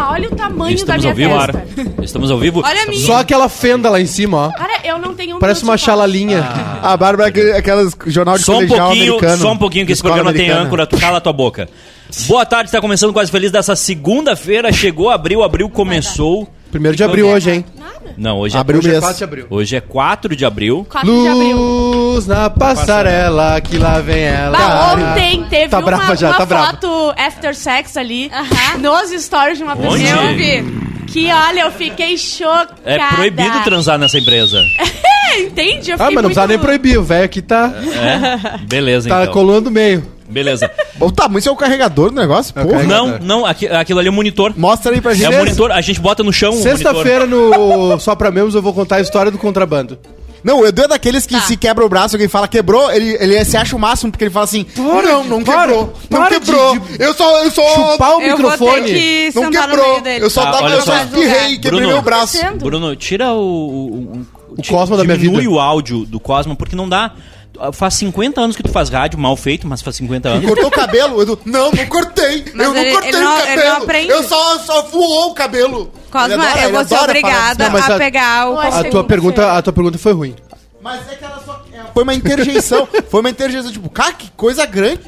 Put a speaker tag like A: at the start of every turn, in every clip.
A: Ah, tamanho
B: Estamos
A: da
B: ao
A: minha
B: vivo, Ara.
A: testa.
B: Estamos ao vivo.
A: Olha a
B: Estamos-
A: minha.
C: Só aquela fenda lá em cima, ó.
A: Cara, eu não tenho um
C: Parece
A: minuto
C: uma
A: de foto.
C: chalalinha.
D: A Bárbara é aquele- aquelas jornal de
B: Só um
D: colegial
B: pouquinho,
D: americano.
B: só um pouquinho que esse
D: Escola
B: programa tem
D: americana.
B: âncora, tu cala a tua boca. Boa tarde, está começando quase feliz dessa segunda-feira, chegou abril, abril começou.
C: Primeiro de abril hoje, hein?
A: Nada.
B: Não, hoje é
D: Abril
C: Hoje é
D: mesmo.
C: 4 de abril.
B: Hoje é 4 de abril.
A: 4 de abril.
C: Luz na passarela, que lá vem ela.
A: Bah, ontem teve
C: tá
A: uma,
C: brava já,
A: uma
C: tá brava.
A: foto after sex ali nos stories de uma pessoa.
B: Onde?
A: Eu vi. Que olha, eu fiquei chocada.
B: É proibido transar nessa empresa.
A: É, entende? Eu
C: Ah,
A: fiquei
C: mas não precisa
A: muito-
C: nem proibir, o velho aqui tá,
B: É? Beleza,
C: tá
B: então.
C: colando o meio.
B: Beleza.
D: Ô, tá, mas isso é o carregador do negócio,
C: É o
D: porra.
C: carregador.
B: Não, não, aqui- aquilo ali é um monitor.
D: Mostra aí pra gente.
B: É um monitor, a gente bota no chão o monitor.
C: Sexta-feira no Só Pra Membros eu vou contar a história do contrabando.
D: Não, o Edu é daqueles
E: Tá.
D: que se quebra o braço, alguém fala quebrou, ele, ele se acha o máximo, porque ele fala assim, não, não quebrou, não
C: para de-
D: quebrou, eu só, eu só,
C: Chupar o
E: Eu vou
C: microfone.
E: ter que
D: não
E: sentar no
D: quebrou,
E: meio dele.
D: eu só
B: Tá,
D: tava,
B: olha
D: eu só
B: só.
D: espirrei, quebrei
B: Bruno.
D: meu braço.
A: Acontecendo.
B: Bruno, tira o. O, o,
C: O Cosma da minha
B: Diminui
C: vida.
B: o áudio do Cosma, porque não dá. Faz 50 anos que tu faz rádio, mal feito, mas faz 50 anos.
D: Cortou o cabelo, Edu, não, não cortei,
E: Mas
D: eu
E: ele-
D: não cortei
E: ele não-
D: o
E: ele não
D: cabelo,
E: aprende.
D: eu só, só voou o cabelo.
E: Cosma,
D: Ele adora-
E: eu
D: ele
E: vou ser
D: adora falar assim, né,
E: obrigada
C: Não, mas
E: a,
C: a-
E: pegar o.
A: Ué,
C: A tua, pergunta, a tua pergunta foi ruim.
D: Mas é que ela só. é, Foi uma interjeição. foi uma interjeição, tipo, cara, que coisa grande.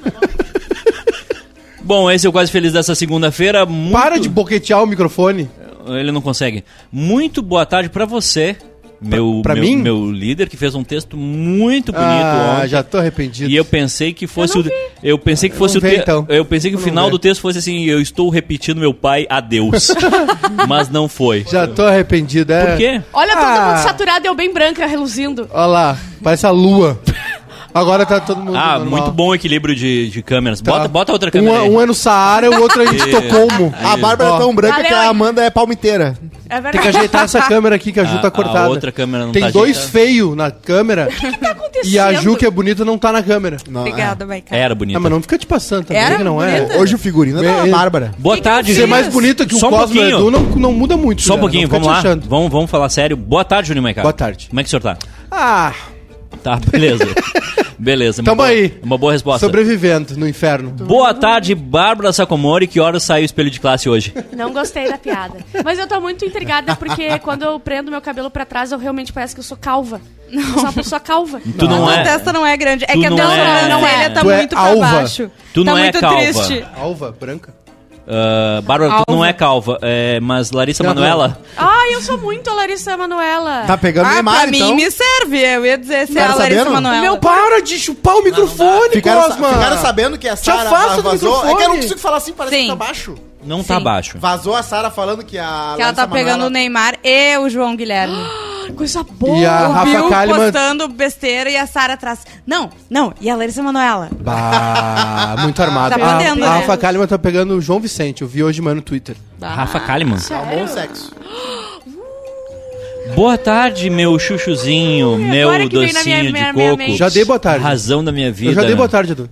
B: Bom, esse é o Quase Feliz dessa segunda-feira. Muito-
C: Para de boquetear o microfone.
B: Ele não consegue. Muito boa tarde pra você, meu,
C: pra
B: meu,
C: mim?
B: meu líder, que fez um texto muito bonito
C: Ah,
B: ontem.
C: já tô arrependido.
B: E eu pensei que fosse eu o. Eu pensei que fosse
C: não
B: o
C: vi,
B: te-
C: então.
B: Eu pensei que o
C: Eu não
B: final
C: vi.
B: do texto fosse assim, eu estou repetindo meu pai, adeus. Mas não foi.
C: Já tô arrependido, é.
B: Por quê?
A: Olha, tá todo
C: Ah.
A: mundo saturado, eu bem branca, reluzindo.
C: Olha lá, parece a lua. Agora tá todo mundo
B: Ah,
C: normal.
B: muito bom o equilíbrio de, de câmeras.
C: Tá.
B: Bota, bota outra câmera
C: Um,
B: aí.
C: um é no Saara, o outro é em Estocolmo.
D: A Bárbara
C: Ó,
D: é tão branca
A: Valeu,
D: que a
A: hein?
D: Amanda é palmiteira.
A: É
C: Tem que
A: verdade.
C: ajeitar essa câmera aqui que a Ju
B: A-
C: tá cortada.
B: a outra câmera não
C: Tem
B: tá
C: dois
B: ajeitando.
C: feios na câmera
A: O que tá acontecendo?
C: e a Ju, que é bonita, não tá na câmera.
D: Não,
E: Obrigada, Maica.
B: Era bonito.
C: Ah, mas não fica te passando também,
E: Era
C: que não é.
E: bonita?
D: é. Hoje o figurino é da
C: É, é.
D: Bárbara.
B: Boa tarde,
C: Ser mais bonito que
B: Só
C: o é
B: um
C: Cosmo
B: pouquinho.
C: Edu não, não muda muito.
B: Só um pouquinho,
C: Juliana, não fica
B: vamos
C: te
B: lá.
C: achando.
B: Vamos, vamos falar sério. Boa tarde, Juninho Maiká.
C: Boa tarde.
B: Como é que o senhor tá?
C: Ah,
B: Tá, beleza. beleza. uma
C: Tamo
B: boa-
C: aí.
B: Uma boa resposta.
C: sobrevivendo no inferno.
B: Boa tarde, Bárbara Sacomori. Que horas saiu o espelho de classe hoje?
A: Não gostei da piada. Mas eu tô muito intrigada porque quando eu prendo meu cabelo pra trás, eu realmente parece que eu sou calva. Eu sou uma pessoa calva.
C: Então-
B: Tu não,
E: A
B: é.
E: testa não é grande. É
B: Tu
E: que a
B: não
E: minha
B: é-
E: sobrancelha tá
C: Tu é
E: muito pra
C: alva.
E: baixo.
B: Tu
E: tá
B: não é
E: muito
B: calva.
E: triste.
C: Alva, branca.
B: Ah, Bárbara, tu
E: Alva.
B: não é calva. é, mas Larissa
C: Não,
B: Manoela.
A: Ai, eu sou muito Larissa Manoela.
D: Tá pegando
E: Ah,
D: Neymar,
E: pra mim
D: então.
E: me serve. Eu ia dizer se é
D: Ficaram
E: a Larissa
D: sabendo?
E: Manoela.
C: Meu, para de chupar o microfone,
D: Ficaram, sa-
C: Cosma.
D: ficaram sabendo que a Sara
C: afasta do
D: vazou. É que eu não
C: microfone.
D: consigo falar assim, parece
E: Sim.
D: que tá baixo.
B: Não tá
E: Sim.
B: baixo.
D: Vazou a Sara falando que a.
E: Que ela tá
D: Larissa
E: pegando o
D: Manoela-
E: Neymar e o João Guilherme.
A: Coisa boa.
C: E a
E: o
C: Rafa
E: Bill
C: Kalimann-
E: postando besteira e a Sara atrás. Não, não. E a Larissa Manoela.
C: Bah, muito armado.
E: Tá podendo,
C: a, a
E: né?
C: Rafa Kalimann tá pegando o João Vicente, eu vi hoje mais no Twitter.
B: Rafa Kalimann.
D: Bom sexo.
B: Boa tarde, meu chuchuzinho,
A: agora
B: meu
A: que veio na minha-
B: docinho
A: minha-
B: de
A: minha
B: coco.
A: mente.
C: Já dei boa tarde.
B: Razão da minha vida. né?
C: Eu já dei boa tarde, Edu.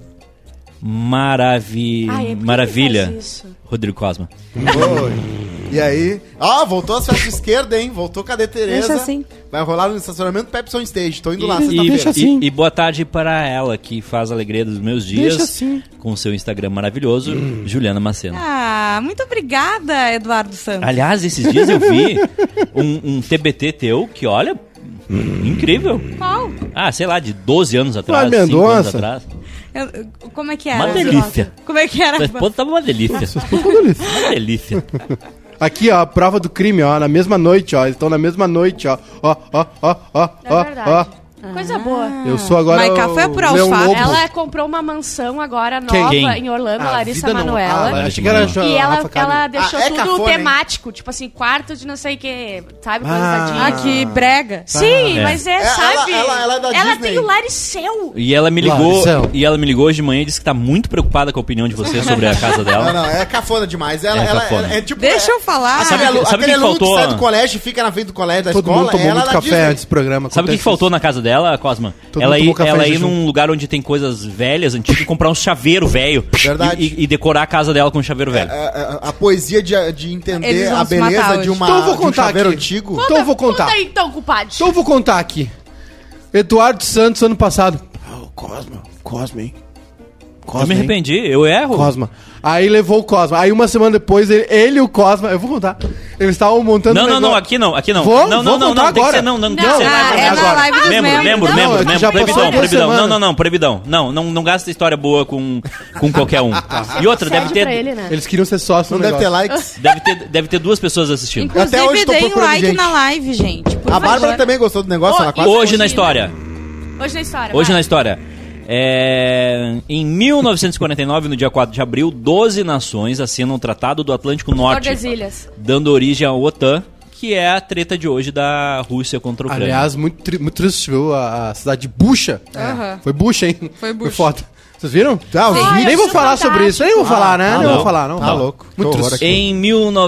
B: Maravi...
A: Ai, é por que que
B: Maravilha.
A: faz isso?
B: Rodrigo Cosma.
D: Oi. E aí? Ó, voltou as festas de esquerda, hein? Voltou cadê Tereza?
E: Deixa assim.
D: Vai rolar no estacionamento Pepsi on Stage. Tô indo lá,
B: E, e,
D: sexta-feira.
C: deixa assim.
B: e- e boa tarde para ela, que faz a alegria dos meus dias
C: Deixa assim. Hum.
B: com seu Instagram maravilhoso, Juliana Macena.
E: Ah, muito obrigada, Eduardo Santos.
B: Aliás, esses dias eu vi um, um TBT teu que, olha, incrível.
E: Qual?
B: Ah, sei lá, de 12 anos atrás,
C: Hum. Flávio
B: 5 anos
C: Mendonça.
B: atrás.
E: Eu- como é que era?
B: Uma delícia.
E: Como é que era?
B: Tua esposa tava uma delícia. Uma delícia.
C: Aqui, ó, a prova do crime, ó, na mesma noite, ó. Eles estão na mesma noite, ó. Ó, ó, ó,
A: É
C: ó, ó, ó. Ah.
A: verdade. Coisa boa.
C: Eu sou agora.
E: Maiká
C: o
E: foi apurar os
C: Leão
E: fatos.
C: Lobo.
A: Ela comprou uma mansão agora
C: Quem?
A: nova
B: Quem?
A: em Orlando,
C: Ah,
A: Larissa
C: vida não. Ah,
A: Manoela.
C: Lara- achei que era
B: Larissa
C: a
A: E ela,
C: Rafa Kalimann.
A: ela deixou
D: Ah, é
A: tudo
D: cafona, hein?
A: temático, tipo assim, quarto de não sei o que, sabe?
C: Ah.
A: Ah,
E: Ah, que brega.
A: Sim,
B: É.
A: mas é,
D: É, ela-
A: sabe?
D: ela- ela é da Disney.
A: tem o Laricel.
B: E ela me ligou,
C: Larissa.
B: e ela me ligou hoje de manhã e disse que tá muito preocupada com a opinião de você sobre a casa
D: Não,
B: dela.
D: não, é cafona demais. Ela,
B: É
D: ela-
B: cafona.
D: ela- é tipo.
E: Deixa
D: é-
E: eu falar.
B: Sabe
D: aquele,
B: que- sabe
D: aquele
B: que
D: aluno
B: faltou,
D: que sai
B: ó?
D: do colégio e fica na frente do colégio da
C: Todo
D: escola. é
C: mundo tomou
D: ela
C: muito
D: da
C: café
D: Disney.
C: antes do
B: Sabe o
C: programa.
B: que, que
C: acontece
B: faltou na casa dela, Cosma?
C: Todo
B: ela ir,
C: mundo tomou café
B: ela ir
C: jejum.
B: num lugar onde tem coisas velhas, antigas, e comprar um chaveiro velho.
D: Verdade.
B: E, e- e decorar a casa dela com um chaveiro velho.
D: A, É, a- a poesia de, de entender
E: Eles vão
D: a
E: se matar
D: beleza
E: hoje.
D: de uma
C: Então eu vou
D: de um
C: contar
D: chaveiro
C: aqui.
D: antigo.
C: Então eu vou
A: Conta-
C: contar.
A: Conta aí, então,
B: né?
A: compadre.
C: Então eu vou contar aqui. Eduardo Santos, ano passado.
D: Cosmo, Cosme, hein?
B: eu me arrependi, eu erro.
C: Cosma. Aí levou o Cosma. Aí uma semana depois, ele, ele e o Cosma. Eu vou contar. Eles estavam montando.
B: Não,
C: um
B: não, não,
C: negócio-
B: aqui não, aqui não.
C: Vou-
B: não, não,
C: vou
B: não,
C: contar
B: não, tem que
C: agora.
B: ser, não, não, tem que
E: Não,
B: ser
E: ah,
B: live
E: é na
B: agora.
E: live dos
B: membro,
E: membros,
B: membro,
E: não.
B: membro,
C: Não,
B: membro,
C: já passou
B: proibidão,
C: duas
B: proibidão. Não,
C: semanas.
B: não, não, proibidão. Não, não, não gasta história boa com, com qualquer um.
E: Tá.
B: E outra, deve
A: Pede pra
B: ter,
A: ele, né?
C: Eles queriam ser sócios.
D: Não
C: no
D: Então deve ter
C: negócio.
D: likes.
B: deve ter, deve ter duas pessoas assistindo.
D: Até hoje
E: Inclusive,
D: tô
E: deem
D: procurando
E: like
D: gente.
E: na live, gente. por
D: A
E: favor.
D: Bárbara também gostou do negócio,
A: Ó,
D: ela quase.
B: Hoje na história.
A: Hoje na história.
B: Hoje na
A: vai.
B: história. É, em 1949, no dia 4 de abril, 12 nações assinam o Tratado do Atlântico Norte,
A: das Ilhas.
B: dando origem à OTAN, que é a treta de hoje da Rússia contra a Ucrânia.
C: Aliás, muito, tri- muito triste, viu? A, a cidade de Bucha.
E: É. Aham.
C: Foi Bucha, hein?
E: Foi Bucha.
C: foda. Vocês viram?
D: Tá, os
A: Sim.
D: vídeos.
C: nem vou
A: isso é
C: falar sobre isso, nem vou falar, né?
B: não,
C: nem
B: não.
C: vou falar, não.
D: Ah, Tá louco.
C: Muito
D: Que horror
C: triste.
B: em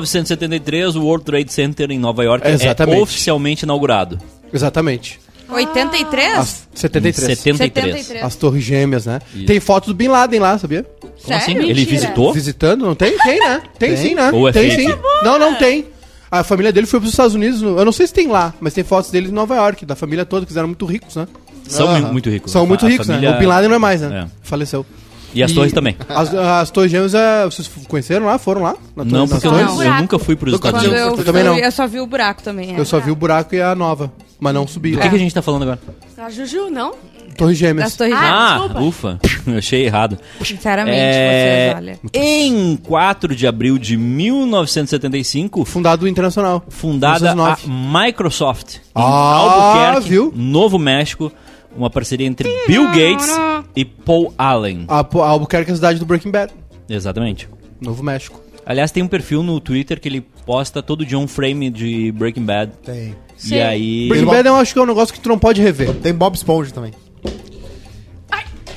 B: 1973, o World Trade Center em Nova York é
C: Exatamente.
B: oficialmente inaugurado.
C: Exatamente.
E: 83?
C: As 73.
B: 73.
E: 73.
C: As Torres Gêmeas, né? Tem fotos do Bin Laden lá, sabia?
B: Como assim?
E: Sério?
B: Ele
A: Mentira.
B: visitou?
C: Visitando? Não tem? Tem, né? Tem, sim, né?
B: Ou é
C: tem
B: fake?
C: sim. Não, não tem. A família dele foi pros Estados Unidos. no- Eu não sei se tem lá, mas tem fotos dele em Nova York, da família toda, que eles eram muito ricos, né?
B: São
D: Aham.
B: mu- muito ricos.
C: São
B: A-
C: muito
B: a
C: ricos,
B: família-
C: né? O Bin Laden não é mais, né?
B: É.
C: Faleceu.
B: E as torres também.
C: As, as Torres Gêmeas, é, vocês conheceram lá? Foram lá? Na Torre-
B: Não,
C: nas
B: porque eu,
A: Não.
C: Torres?
B: eu
A: Buraco.
B: nunca fui para os
D: Nunca
B: Estados
E: Quando
B: Unidos.
C: tinha-
E: eu,
C: Eu também
E: fui,
C: não.
E: eu só vi é o buraco também. é.
C: Eu só vi o buraco e a nova, mas não subi.
B: Do que, que a gente tá falando agora?
A: A Ah, Juju, não?
C: Torres
E: Das
C: Gêmeas.
E: torres.
A: Ah,
B: Ah,
A: desculpa.
B: ufa. Eu achei errado.
E: Sinceramente,
B: É,
E: vocês, olha.
B: Em 4 de abril de 1975, fu-
C: Fundado internacional.
B: fundada a
C: 1909.
B: Microsoft em
C: Ah,
B: Albuquerque,
C: viu?
B: Novo México, uma parceria entre Bill Gates e Paul Allen.
C: A, a Albuquerque é a cidade do Breaking Bad,
B: Exatamente.
C: Novo México.
B: Aliás, tem um perfil no Twitter que ele posta todo dia um frame de Breaking Bad.
D: Tem.
A: Sim.
B: E aí.
C: Breaking Bad eu acho que é um negócio que tu não pode rever.
D: Tem Bob Esponja também.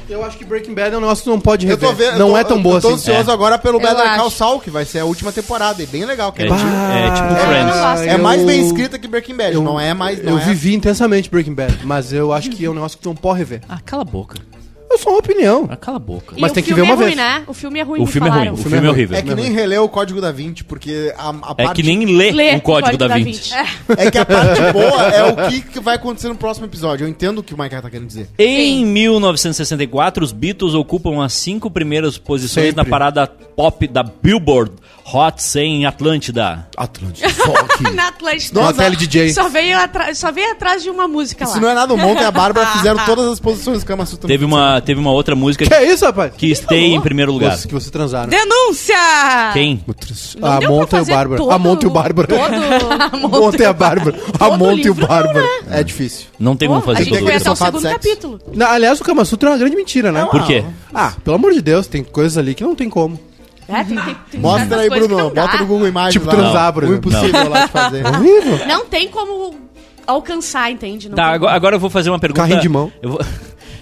C: Eu acho que Breaking Bad é um negócio que tu não pode rever.
D: eu
C: não
D: tô-
C: é tão
D: eu
C: boa
D: tô
C: assim.
D: ansioso agora pelo
E: Eu
D: Better Call
E: acho.
D: Saul, que vai ser a última temporada. É bem legal. Que
B: É,
D: é,
B: tipo,
D: tipo-
B: é tipo
A: Ah,
B: Friends.
A: eu não gosto.
D: é mais
C: eu-
D: bem escrita que Breaking Bad.
C: Eu-
D: não é mais. Não
C: eu
D: é.
C: vivi intensamente Breaking Bad, mas eu acho que é um negócio que tu não pode rever.
B: Ah, cala a boca.
C: É só uma opinião.
B: Ah, cala a boca.
A: E
C: Mas
A: o
C: tem que
A: filme
C: ver uma
A: é ruim,
C: vez.
A: né? O filme é ruim,
B: O
A: me
B: filme é ruim.
A: falaram.
B: O filme é horrível.
D: É que nem reler o código da Vinci, porque a, a
B: É que
D: parte.
B: nem lê,
A: Lê
B: o código, da, Vinci.
D: É que a parte boa é o que, que vai acontecer no próximo episódio. Eu entendo o que o Michael tá querendo dizer.
B: Em 1964, os Beatles ocupam as cinco primeiras posições
C: Sempre.
B: na parada pop da Billboard Hot 100 em Atlântida.
C: Atlântico, Rock.
A: Na Atlântica.
C: Nossa. Nossa, LDJ.
A: Só veio, atra... Só veio atrás de uma música lá.
D: Se não é nada bom, que a Bárbara fizeram todas as posições do Kama Sutra.
B: Teve uma, teve uma outra música
C: que
B: que,
C: é isso, rapaz?
B: que stay em primeiro lugar.
C: Vocês que vocês transaram.
E: Denúncia!
B: Quem?
C: Muito triste.
A: Não
C: A
A: deu pra
C: Monta e o
A: fazer todo-
C: Bárbara. A Monta e o Bárbara.
A: Todo...
C: A Monta e a Bárbara. A
A: Todo
C: Monta e o
A: livro né? não,
C: Bárbara.
D: É difícil.
B: Não tem como
A: Pô, Oh, a
B: fazer Tá,
A: gente
B: todo
A: foi
D: tudo.
A: até o
D: Safado
A: segundo
D: sexo.
A: capítulo.
C: Na- aliás, o Kama Sutra é uma grande mentira, né?
B: Por quê?
C: Ah, pelo amor de Deus, tem coisas ali que não tem como.
A: É, tem, tem, tem
D: Mostra
A: certas
D: aí,
A: coisas que
D: Bruno.
A: não dá.
D: Bota no Google Imagens.
C: Tipo
D: lá.
C: transar, Bruno.
D: O impossível lá de fazer.
A: Ah.
C: Horrível.
A: Não tem como alcançar, entende? Não
B: Tá,
A: tem
B: agora, agora eu vou fazer uma pergunta.
C: Carrinho de mão.
B: Eu vou, eu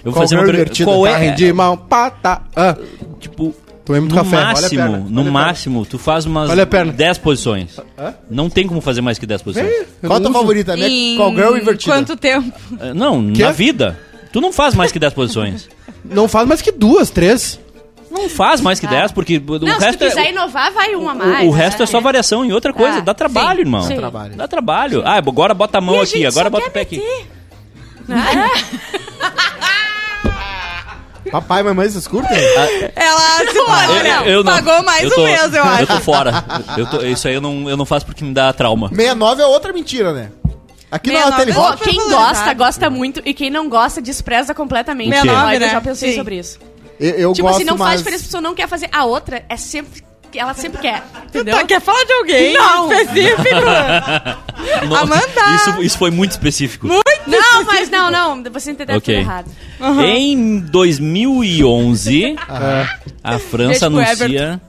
B: vou
D: Qual
B: fazer uma
D: é o
B: pergunta.
D: divertido?
B: Qual é,
C: Carrinho de mão, pata. Ah,
B: tipo,
C: tomei
B: no
C: muito café. Olha a
B: máximo,
C: perna,
B: no
C: olha a
B: máximo, tu faz umas
C: Olha a perna.
B: 10 posições. Não tem como fazer mais que 10
C: perna.
B: posições.
C: Ei, eu
D: Qual a
C: não
D: tua
C: uso.
D: favorita? A minha
E: Em
D: Call Girl invertida.
E: Quanto tempo?
B: Ah, Não,
C: Quê?
B: na vida. Tu não faz mais que 10 posições.
C: Não faz mais que duas, três.
B: Não faz mais que 10, porque o
A: Não, se tu
B: resto é-
A: quiser inovar, vai uma a
B: O-
A: mais. né?
B: o resto é só variação e outra coisa.
A: Ah,
B: dá trabalho,
A: sim,
B: irmão.
A: sim. Dá
D: trabalho.
B: Dá trabalho. Ah, agora bota a mão
A: E a
B: aqui,
A: gente
B: agora
A: só
B: bota o
A: quer
B: pé aqui.
D: Papai e mamãe, vocês curtem?
E: Ela se pagou, não. Pagou mais
B: Eu tô-
E: um mês, eu
B: Eu
E: acho.
B: tô fora. Eu tô- isso aí eu não, eu não faço porque me dá trauma.
D: 69 é outra mentira, né? Aqui não na
E: 69
D: tele
E: é
A: Ó,
E: outra.
D: rock.
A: quem
E: Valorizado.
A: gosta, gosta muito. E quem não gosta, despreza completamente.
B: O quê?
A: Mas Eu
E: né?
A: já pensei
E: Sim.
A: sobre isso.
D: Eu, eu
A: tipo
D: gosto
A: assim, não
D: mais...
A: faz diferença, a pessoa não quer fazer. A outra é sempre. Ela sempre quer. Entendeu?
E: Tá, quer falar de alguém
A: Não.
E: específico?
B: No-
E: Amanda!
B: Isso, isso foi muito específico.
A: Não, mas não, não. Você entendeu
B: Ok.
A: tudo errado.
B: Em 2011, a França
E: Beijo pro
B: anuncia.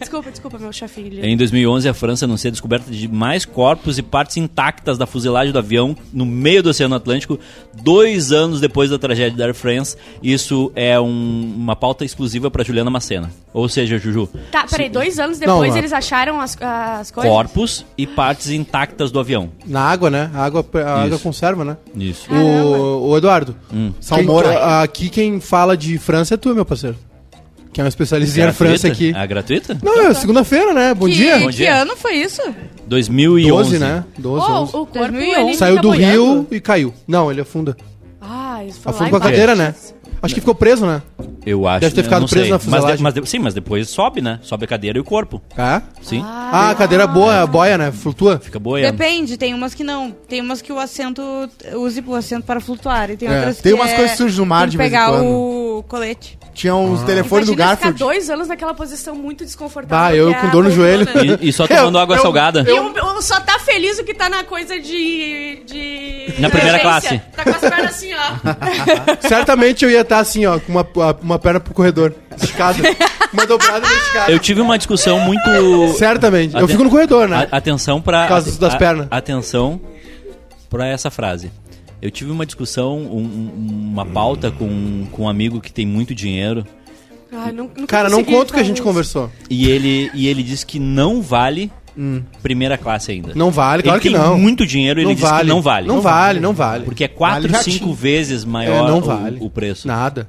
A: Desculpa, desculpa, meu chefinho. lindo.
B: Em 2011, a França anuncia a descoberta de mais corpos e partes intactas da fuselagem do avião no meio do Oceano Atlântico, dois anos depois da tragédia da Air France. Isso é um- uma pauta exclusiva para Juliana Macena. Ou seja, Juju,
A: Tá, peraí, dois anos
C: Não,
A: depois
C: não.
A: eles acharam as, as coisas?
B: corpos e partes intactas do avião.
C: Na água, né? A água, a água
B: Isso. Hum.
C: conserva, né?
B: Isso.
C: O, o Eduardo.
D: Salmoura.
C: Quem- aqui quem fala de França é tu, meu parceiro. Que é um especialista em Air França aqui.
B: A gratuita?
C: Não, é segunda-feira, né? Bom dia.
E: Que,
B: Ah. Bom
E: que
B: dia.
E: ano foi isso?
B: 2011.
C: 12, né? 12,
A: Oh,
C: 11.
A: o tá corpo,
E: 2011.
A: ele
C: Saiu
A: fica
C: do
A: boiando.
C: rio e caiu. Não, ele afunda.
A: Ah, Ah, isso foi
C: Afundou
A: lá
C: com a
A: embaixo.
C: cadeira, né? Acho que ficou preso, né?
B: Eu acho.
C: Deve ter
B: né,
C: ficado
B: não
C: preso
B: sei.
C: na
B: Mas de-
C: fuselagem.
B: Mas, de- sim, mas depois sobe, né? Sobe a cadeira e o corpo.
C: Ah,
B: Sim.
C: ah a cadeira boa, a boia, né? Flutua.
B: Fica boiando.
E: Depende, tem umas que não. Tem umas que o assento use o assento para flutuar. E tem
D: É,
E: outras que.
D: tem umas
E: é-
D: coisas que surgem do mar
E: tem que
D: de vez em
E: pegar
D: quando.
E: o colete.
D: Tinha uns
C: Ah.
D: telefones do
A: Imagina ficar
D: Garfield.
A: dois anos naquela posição muito desconfortável.
C: Bah, Ah, eu
A: que é
C: com
A: a
C: dor no
A: poltrona,
C: joelho.
A: né?
B: E, e só tomando
C: Eu-
B: água
C: eu-
B: salgada.
A: E um- um só tá feliz o que tá na coisa de. de
B: Na primeira
A: emergência.
B: classe.
A: Tá com as pernas assim, ó.
C: Certamente eu ia estar assim, ó, com uma, uma perna pro corredor. Esticada. uma dobrada e esticada.
B: Eu tive uma discussão muito.
C: Certamente. Eu
B: Aten-
C: fico no corredor, né?
B: A- atenção pra.
C: Por causa
B: ate-
C: das pernas.
B: Atenção pra essa frase. Eu tive uma discussão, um- um- uma pauta com, com um amigo que tem muito dinheiro.
A: Ai, não- nunca
C: Cara, não
A: consegui
C: conta o que a
A: falar
C: gente
A: isso.
C: conversou.
B: E ele, e ele disse que não vale primeira classe ainda.
C: Hum. Não vale, claro
B: ele tem
C: que não.
B: muito dinheiro ele
C: não
B: disse que não vale.
C: Não vale, não vale.
B: Porque é 4,
D: Vale
B: 5
D: jatinho.
B: vezes
C: É,
B: maior
C: não
B: o-
C: vale.
B: o, preço.
C: Nada.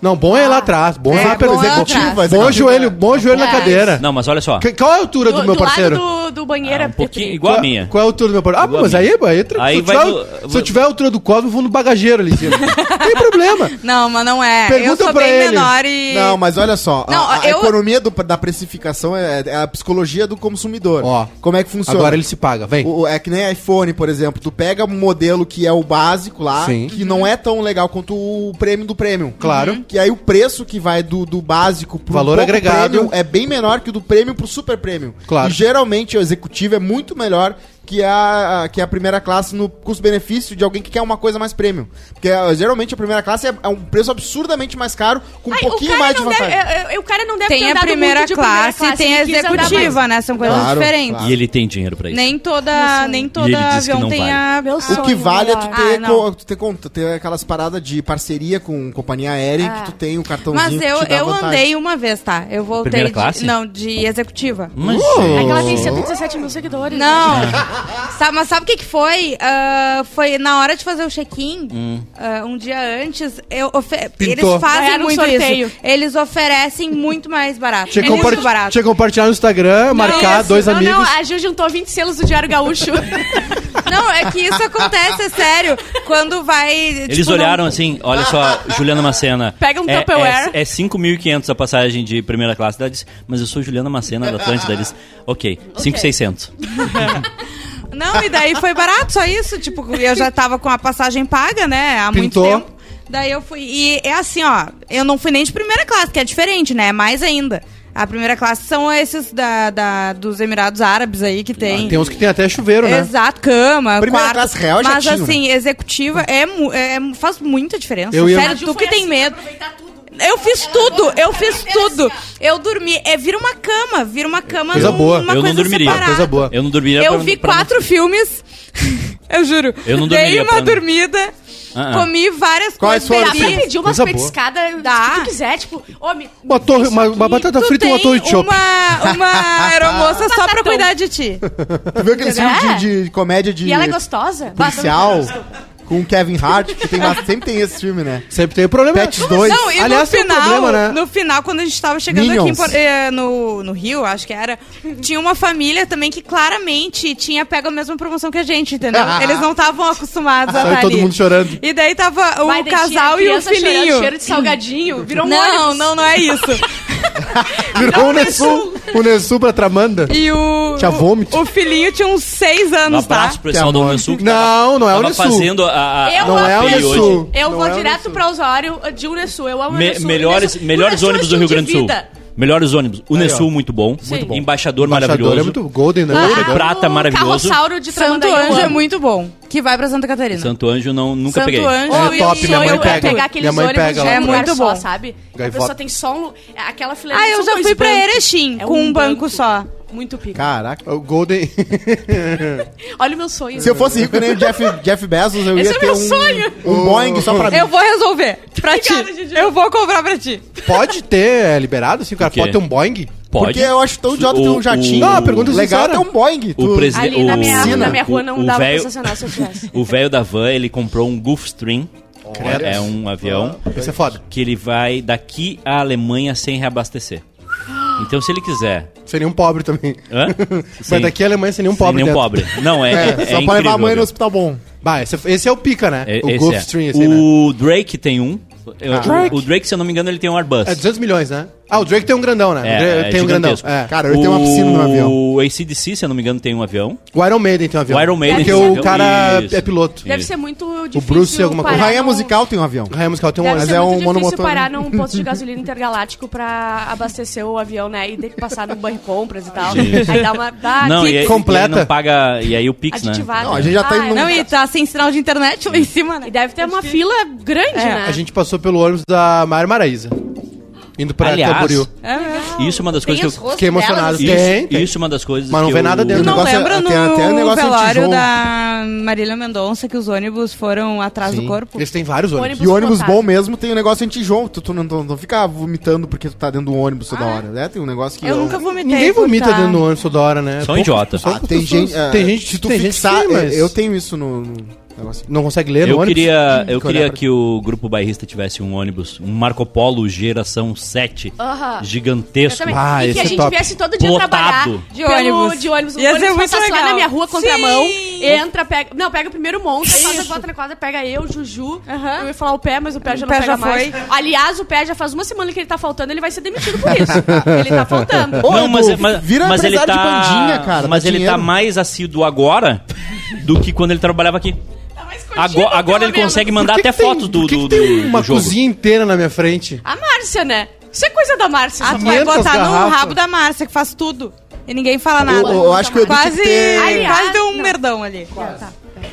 C: Não, bom é lá atrás. Bom é,
E: É,
C: lá pelo
E: bom é lá
C: bom-
E: atrás.
C: Bom, joelho, bom joelho na
E: Atrás.
C: cadeira.
B: Não, mas olha só.
C: Que- Qual é a altura do,
A: Do,
C: meu
A: do lado
C: parceiro?
A: do, do banheiro
B: Ah,
A: é
B: um pouquinho
A: preto.
B: igual a minha.
C: Qual é a altura do meu parceiro? Ah,
B: Igual a
C: mas aí,
B: minha.
C: aí, tra-
B: Aí
C: se, eu
B: vai
C: tiver,
B: do-
C: se eu tiver a altura do Cosmo, eu vou no bagageiro ali em cima. Não tem problema.
E: Não, mas não é.
C: Pergunta
E: eu sou
C: pra
E: bem
C: ele.
E: menor e.
D: Não, mas olha só, a-
E: Não,
D: a,
E: eu-
D: economia do- da precificação é, é a psicologia do consumidor.
C: Ó,
D: Como é que funciona?
C: Agora ele se paga, vem.
D: O- é que nem iPhone, por exemplo. Tu pega um modelo que é o básico lá,
C: Sim.
D: que não é tão legal quanto o prêmio do prêmio.
C: Claro.
D: Uhum. Que aí o preço que vai do, do básico pro
C: Valor
D: pouco
C: agregado.
D: premium é bem menor que o do prêmio pro super prêmio.
C: Claro.
D: E geralmente o executivo é muito melhor que a, a- que a primeira classe no custo-benefício de alguém que quer uma coisa mais prêmio. Porque ah, geralmente a primeira classe é, é um preço absurdamente mais caro, com um
A: Ai,
D: pouquinho
A: o cara
D: mais de
A: não
D: vantagem.
A: deve- é, é, o cara não deve ter
E: Tem a
A: andado
E: primeira
A: muito de
E: classe
A: primeira
E: e
A: classe,
E: tem a
A: ele quis andar mais.
E: executiva, né? São coisas
D: Claro,
E: diferentes.
D: claro.
B: E ele tem dinheiro pra isso.
E: Nem toda, nem
B: E ele
E: toda
B: disse que
E: avião
B: não
E: tem
B: vale.
E: a.
A: Meu
D: O que
A: sonho,
D: vale é tu
A: melhor.
D: ter,
E: Ah, não.
D: co- tu ter, con- tu ter aquelas paradas de parceria com companhia aérea
A: Ah.
D: que tu tem o cartãozinho
E: Mas
D: que
E: eu,
D: te dá
E: eu
D: vantagem.
E: andei uma vez, tá? Eu voltei.
B: Primeira
E: de-
B: classe?
E: não, de executiva.
B: Mas,
A: É que
B: gente,
A: ela
C: Uhum.
A: tem 117 mil seguidores.
E: Não! Sa- mas sabe o que, que foi? Ah, foi na hora de fazer o check-in,
B: Hum.
E: ah, um dia antes, eu ofe-
C: Pintou.
E: eles fazem
A: Ganharam um
E: muito
A: sorteio.
E: isso. Eles oferecem muito mais barato.
C: Tinha que,
E: É
C: compar-
E: muito barato. é assim,
C: tinha que compartilhar no Instagram, marcar
A: Isso,
C: dois
A: não,
C: amigos.
A: Não, a Gil juntou 20 selos do Diário Gaúcho.
E: Não, é que isso acontece, é sério. Quando vai. tipo,
B: Eles olharam assim, olha só, Juliana Macena.
A: É tipo, Pega um
B: é,
A: Tupperware.
B: É, é 5.500 a passagem de primeira classe. Ela disse, mas eu sou Juliana Macena da Atlântida. Ela disse, ok, 5.600.
E: Não, não, e daí foi barato, só isso. Tipo, eu já tava com a passagem paga, né? Há
C: Pintou.
E: muito tempo. Daí eu fui. E é assim, ó. Eu não fui nem de primeira classe, que é diferente, né? É mais ainda. A primeira classe são esses da, da- dos Emirados Árabes aí que tem.
C: Tem uns que tem até chuveiro, né?
E: Exato, cama,
D: Primeira
E: quarto.
D: classe real é
E: Mas
D: jatinho,
E: assim, executiva é, mu- é mu- faz muita diferença.
C: Eu ia- A
E: Sério,
A: Gil
E: tu
A: foi
E: que tem
A: assim,
E: medo.
A: aproveitar tudo.
E: Eu fiz tudo, eu fiz
A: Ela
E: tudo.
A: assim,
E: Eu dormi. É, vira uma cama, vira uma cama.
C: Coisa
E: num-
C: boa.
E: Uma
B: eu não
E: coisa
B: dormiria.
E: separada.
C: Coisa boa.
B: Eu não dormiria.
E: Eu
B: pra-
E: vi
B: pra-
E: quatro filmes. eu juro.
B: Eu não
E: Dei
B: dormiria
E: uma
B: pra-
E: dormida,
B: Ah, ah.
E: comi várias
D: Quais
E: coisas.
A: Dá pra
E: bebi.
A: pedir umas
C: Coisa boa.
A: petiscadas
E: Dá.
A: se tu quiser, tipo, ô, me-
C: Uma, torre, uma, uma batata
E: Tu
C: frita e uma
E: tem
C: torre de chopp.
E: Uma, uma aeromoça só pra cuidar de ti.
D: Tu viu aquele filme
A: É.
D: de, de comédia de
A: E ela é gostosa?
D: policial com o Kevin Hart? Que tem, bast- sempre tem esse filme, né?
C: Sempre tem problema.
D: Pets 2.
E: Não, e
C: Aliás,
E: no
C: tem um
E: final,
C: problema, né?
E: no final, quando a gente tava chegando aqui em
D: Minions.
E: Por- eh, no, no Rio, acho que era, tinha uma família também que claramente tinha pego a mesma promoção que a gente, entendeu? Eles não estavam acostumados a
C: Saiu
E: estar
C: todo
E: ali.
C: mundo chorando.
E: E daí tava o
A: Vai, daí tinha
E: Um casal e o
A: criança chorando,
E: filhinho.
A: cheiro de salgadinho, virou um
E: Não,
A: ônibus.
E: não, não é isso.
C: Virou o Nessun. O Nessun pra Tramanda.
E: E o.
C: Tinha vômito.
E: O filhinho tinha uns seis
B: Um
E: anos, tá?
B: abraço pro pessoal do
D: amor.
B: Unesul. que
C: Não, não é o
B: tava
C: Unesul.
B: fazendo a, a,
A: Eu
C: Não
A: amo
C: é o
B: API
A: Unesul.
B: hoje.
C: Unesul.
A: Eu
C: Não
A: vou
C: é o
A: direto
C: Unesul.
A: pra usuário de Unesul. Eu amo
B: Me-
A: Unesul.
B: melhores
A: Unesul-
B: melhores
A: Unesul é
B: ônibus do
A: estilo
B: Rio
A: de
B: Grande do Sul.
A: vida.
B: Melhores ônibus. Unesul, muito bom.
A: Muito bom.
B: Embaixador,
C: Embaixador
B: maravilhoso.
C: é muito golden, né?
B: Ouro e
A: Ah,
C: Embaixador.
B: prata
A: o
B: maravilhoso.
A: Carroçauro de
E: Santo
A: Tramandaí, eu
E: Anjo
A: amo.
E: é muito bom. Que vai pra Santa Catarina.
B: Santo Anjo não, nunca
E: Santo
B: peguei.
E: Anjo
A: Ô,
C: É
A: e
E: e
A: o
C: top,
A: sonho
C: minha mãe
A: é
C: pega.
A: pegar aqueles
C: Minha mãe
A: ônibus
C: pega
A: de
C: lá.
E: É
A: um lugar
E: muito
A: só,
E: bom.
A: sabe? A
C: Gaivota.
A: pessoa tem só um... lu- Aquela fileira
E: Ah,
A: são
E: eu já
A: dois
E: fui pra
A: bancos.
E: Erechim
A: É
E: com um banco só.
A: Muito pica.
D: Caraca.
C: O Golden.
A: Olha o meu sonho.
D: Se eu fosse rico que nem o Jeff, Jeff Bezos, eu
A: Esse
D: ia
A: é
D: ter
A: meu
D: um,
A: sonho.
D: um Boeing só pra mim.
E: Eu vou resolver. Pra
A: Obrigada,
E: ti.
A: Didi.
E: Eu vou comprar pra ti.
C: Pode ter é, liberado, assim, o cara
B: O quê?
C: pode ter um Boeing?
B: Pode.
D: Porque eu acho tão idiota ter
B: O-
D: um jatinho.
B: o-
C: Não, a pergunta
D: legal é
C: sincera.
D: ter um Boeing.
B: O
D: Tu-
B: presidente.
A: Ali na minha,
D: Sina.
A: na minha rua não
B: o
A: dava pra
B: véio-
A: estacionar se eu tivesse.
B: O velho da van, ele comprou um Gulfstream. É um avião
C: Isso é foda.
B: que ele vai daqui à Alemanha sem reabastecer. Então, se ele quiser.
C: Seria um pobre também.
B: Hã?
C: Mas daqui a Alemanha seria um pobre.
B: Sem nenhum
C: dentro.
B: pobre. Não, é.
D: É,
B: é,
D: só
B: é
D: pra levar a
B: incrível,
D: mãe no
B: viu?
D: hospital bom.
C: Bah, esse, esse é o pica, né?
B: É,
C: o
B: esse
C: Gulf
B: é.
C: Stream, assim, né?
B: o Drake tem um. Eu-
C: Ah.
B: o-
C: Drake?
B: O Drake, se eu não me engano, ele tem um Airbus.
C: É 200 milhões, né? Ah, o Drake tem um grandão, né?
B: É,
C: o Drake
B: é
C: tem um grandão.
B: gigantesco.
C: É.
D: Cara, ele tem uma piscina no avião.
B: O ACDC, se eu não me engano, tem um avião.
C: O Iron Maiden tem um avião.
B: O Iron Maiden
C: Porque
A: tem um
C: o
A: avião,
C: cara
B: isso.
C: é piloto.
B: Isso.
A: Deve ser muito difícil.
C: Bruce é alguma
D: O
C: coisa.
A: parar
D: Raia
A: num-
D: Musical tem um avião.
C: O Raimundo Musical tem um
A: Deve
D: Mas
A: ser
D: é um
A: muito difícil
D: monomotor,
A: parar num posto de gasolina intergaláctico pra abastecer o avião, né? E ter que passar no banco de compras e tal.
B: Gente.
A: Aí dá uma. Dá
B: não, e,
A: Pix,
B: aí-
C: Completa.
B: E aí não paga. E aí o Pix, né?
A: aditivada.
D: Não, a gente já tá
A: Ah,
D: indo num-
E: Não, e tá sem sinal de internet lá
B: Hum.
E: em cima, né?
A: E deve ter uma fila grande,
E: É.
A: né?
C: A gente passou pelo ônibus da Maior Maraíza. Indo pra
B: Aliás,
C: Tamboril.
E: É.
B: Isso é
D: Ah,
B: uma das
F: Tem os
B: coisas que eu.
F: rostos
C: fiquei emocionado.
F: delas?
B: Isso,
C: Tem, tem.
B: isso é uma das coisas
C: Mas não
B: que
C: vê
B: eu-
C: nada
E: Tu
C: dentro.
E: não
D: negócio é-
E: lembra no
D: tem até o negócio de
E: velório
D: tijolo.
E: da Marília Mendonça que os ônibus foram atrás
D: Sim.
E: do corpo?
C: Eles têm vários ônibus.
A: Ônibus
D: E ônibus
A: lotado.
D: bom mesmo tem um negócio anti-jogo. Tu, tu não, tu não fica vomitando porque tu tá dentro do ônibus toda hora, né? Tem um negócio que...
E: Ah, Eu nunca vomitei.
C: Ninguém
E: por
C: vomita
E: tá-
C: dentro do ônibus toda hora, né?
B: São
C: Poucas
B: idiotas.
C: pessoas-
D: Ah, tem gente... é,
C: Tem gente
D: Se
C: que
D: tu
C: tem gente que
D: fixar... é,
C: sim, mas-
D: Eu tenho isso no, no negócio.
C: Não consegue ler
B: Eu
C: no ônibus?
B: queria, eu
D: que
B: queria
D: olhar pra-
B: que o grupo bairrista tivesse um ônibus, um Marco Polo geração 7,
A: Aham. Ah. Eu
B: gigantesco.
A: também.
C: Ah,
A: e
C: esse
A: que
C: é
A: a gente
C: top.
A: viesse todo dia
B: Lotado.
A: trabalhar
E: De ônibus.
A: de ônibus. O
E: Ia ser
A: ônibus
E: muito
A: passasse lá
E: legal.
A: na minha rua, contramão.
E: Sim.
A: Entra, pega. Não, pega o primeiro monte, aí faz a volta na quadra, pega eu, Juju. Eu ia falar o pé, mas o pé já não
E: pé
A: pega
E: já
A: mais.
E: foi.
A: Aliás, o pé já faz uma semana que ele tá faltando, ele vai ser demitido por isso. ele tá faltando.
D: Ô,
B: Não,
D: Edu,
B: mas, mas,
D: vira
B: mas ele tá.
D: empresário de bandinha, cara.
B: mas
D: dá
B: ele tá
D: dinheiro.
B: mais assíduo agora do que quando ele trabalhava aqui.
A: Tá mais curtido,
B: Agora, agora
A: pelo
B: ele
A: menos.
B: consegue mandar
C: Por que
B: até
C: que tem-
B: fotos do,
C: por que
B: do,
C: que tem
B: do- do
C: uma
B: jogo.
C: cozinha inteira na minha frente.
A: A Márcia, né? Isso é coisa da Márcia.
E: Ah,
A: essa
E: tu vai
C: 500
E: botar no
C: garrafas.
E: rabo da Márcia, que faz tudo. E ninguém fala nada.
D: Eu, eu acho que o Edu
E: Quase,
D: tinha que ter...
E: Ai,
A: Aliás,
E: quase deu um
A: não.
E: merdão ali.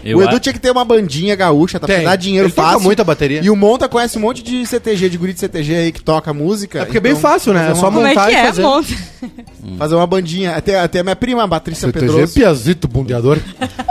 B: Eu
D: o Edu
B: acho-
D: tinha que ter uma bandinha gaúcha, tá? Pra
C: Tem.
D: dar dinheiro
C: Ele toca
D: fácil.
C: muito a bateria.
D: E o Monta conhece um monte de CTG, de guri de CTG aí que toca música. então,
C: É porque é bem fácil, né?
D: fazer
C: É só
D: uma,
E: Como é que
C: Montar e
E: é,
C: fazer.
E: monta?
D: fazer uma bandinha. Até, até a minha prima, a Patrícia Pedroso,
C: piazito, bundeador.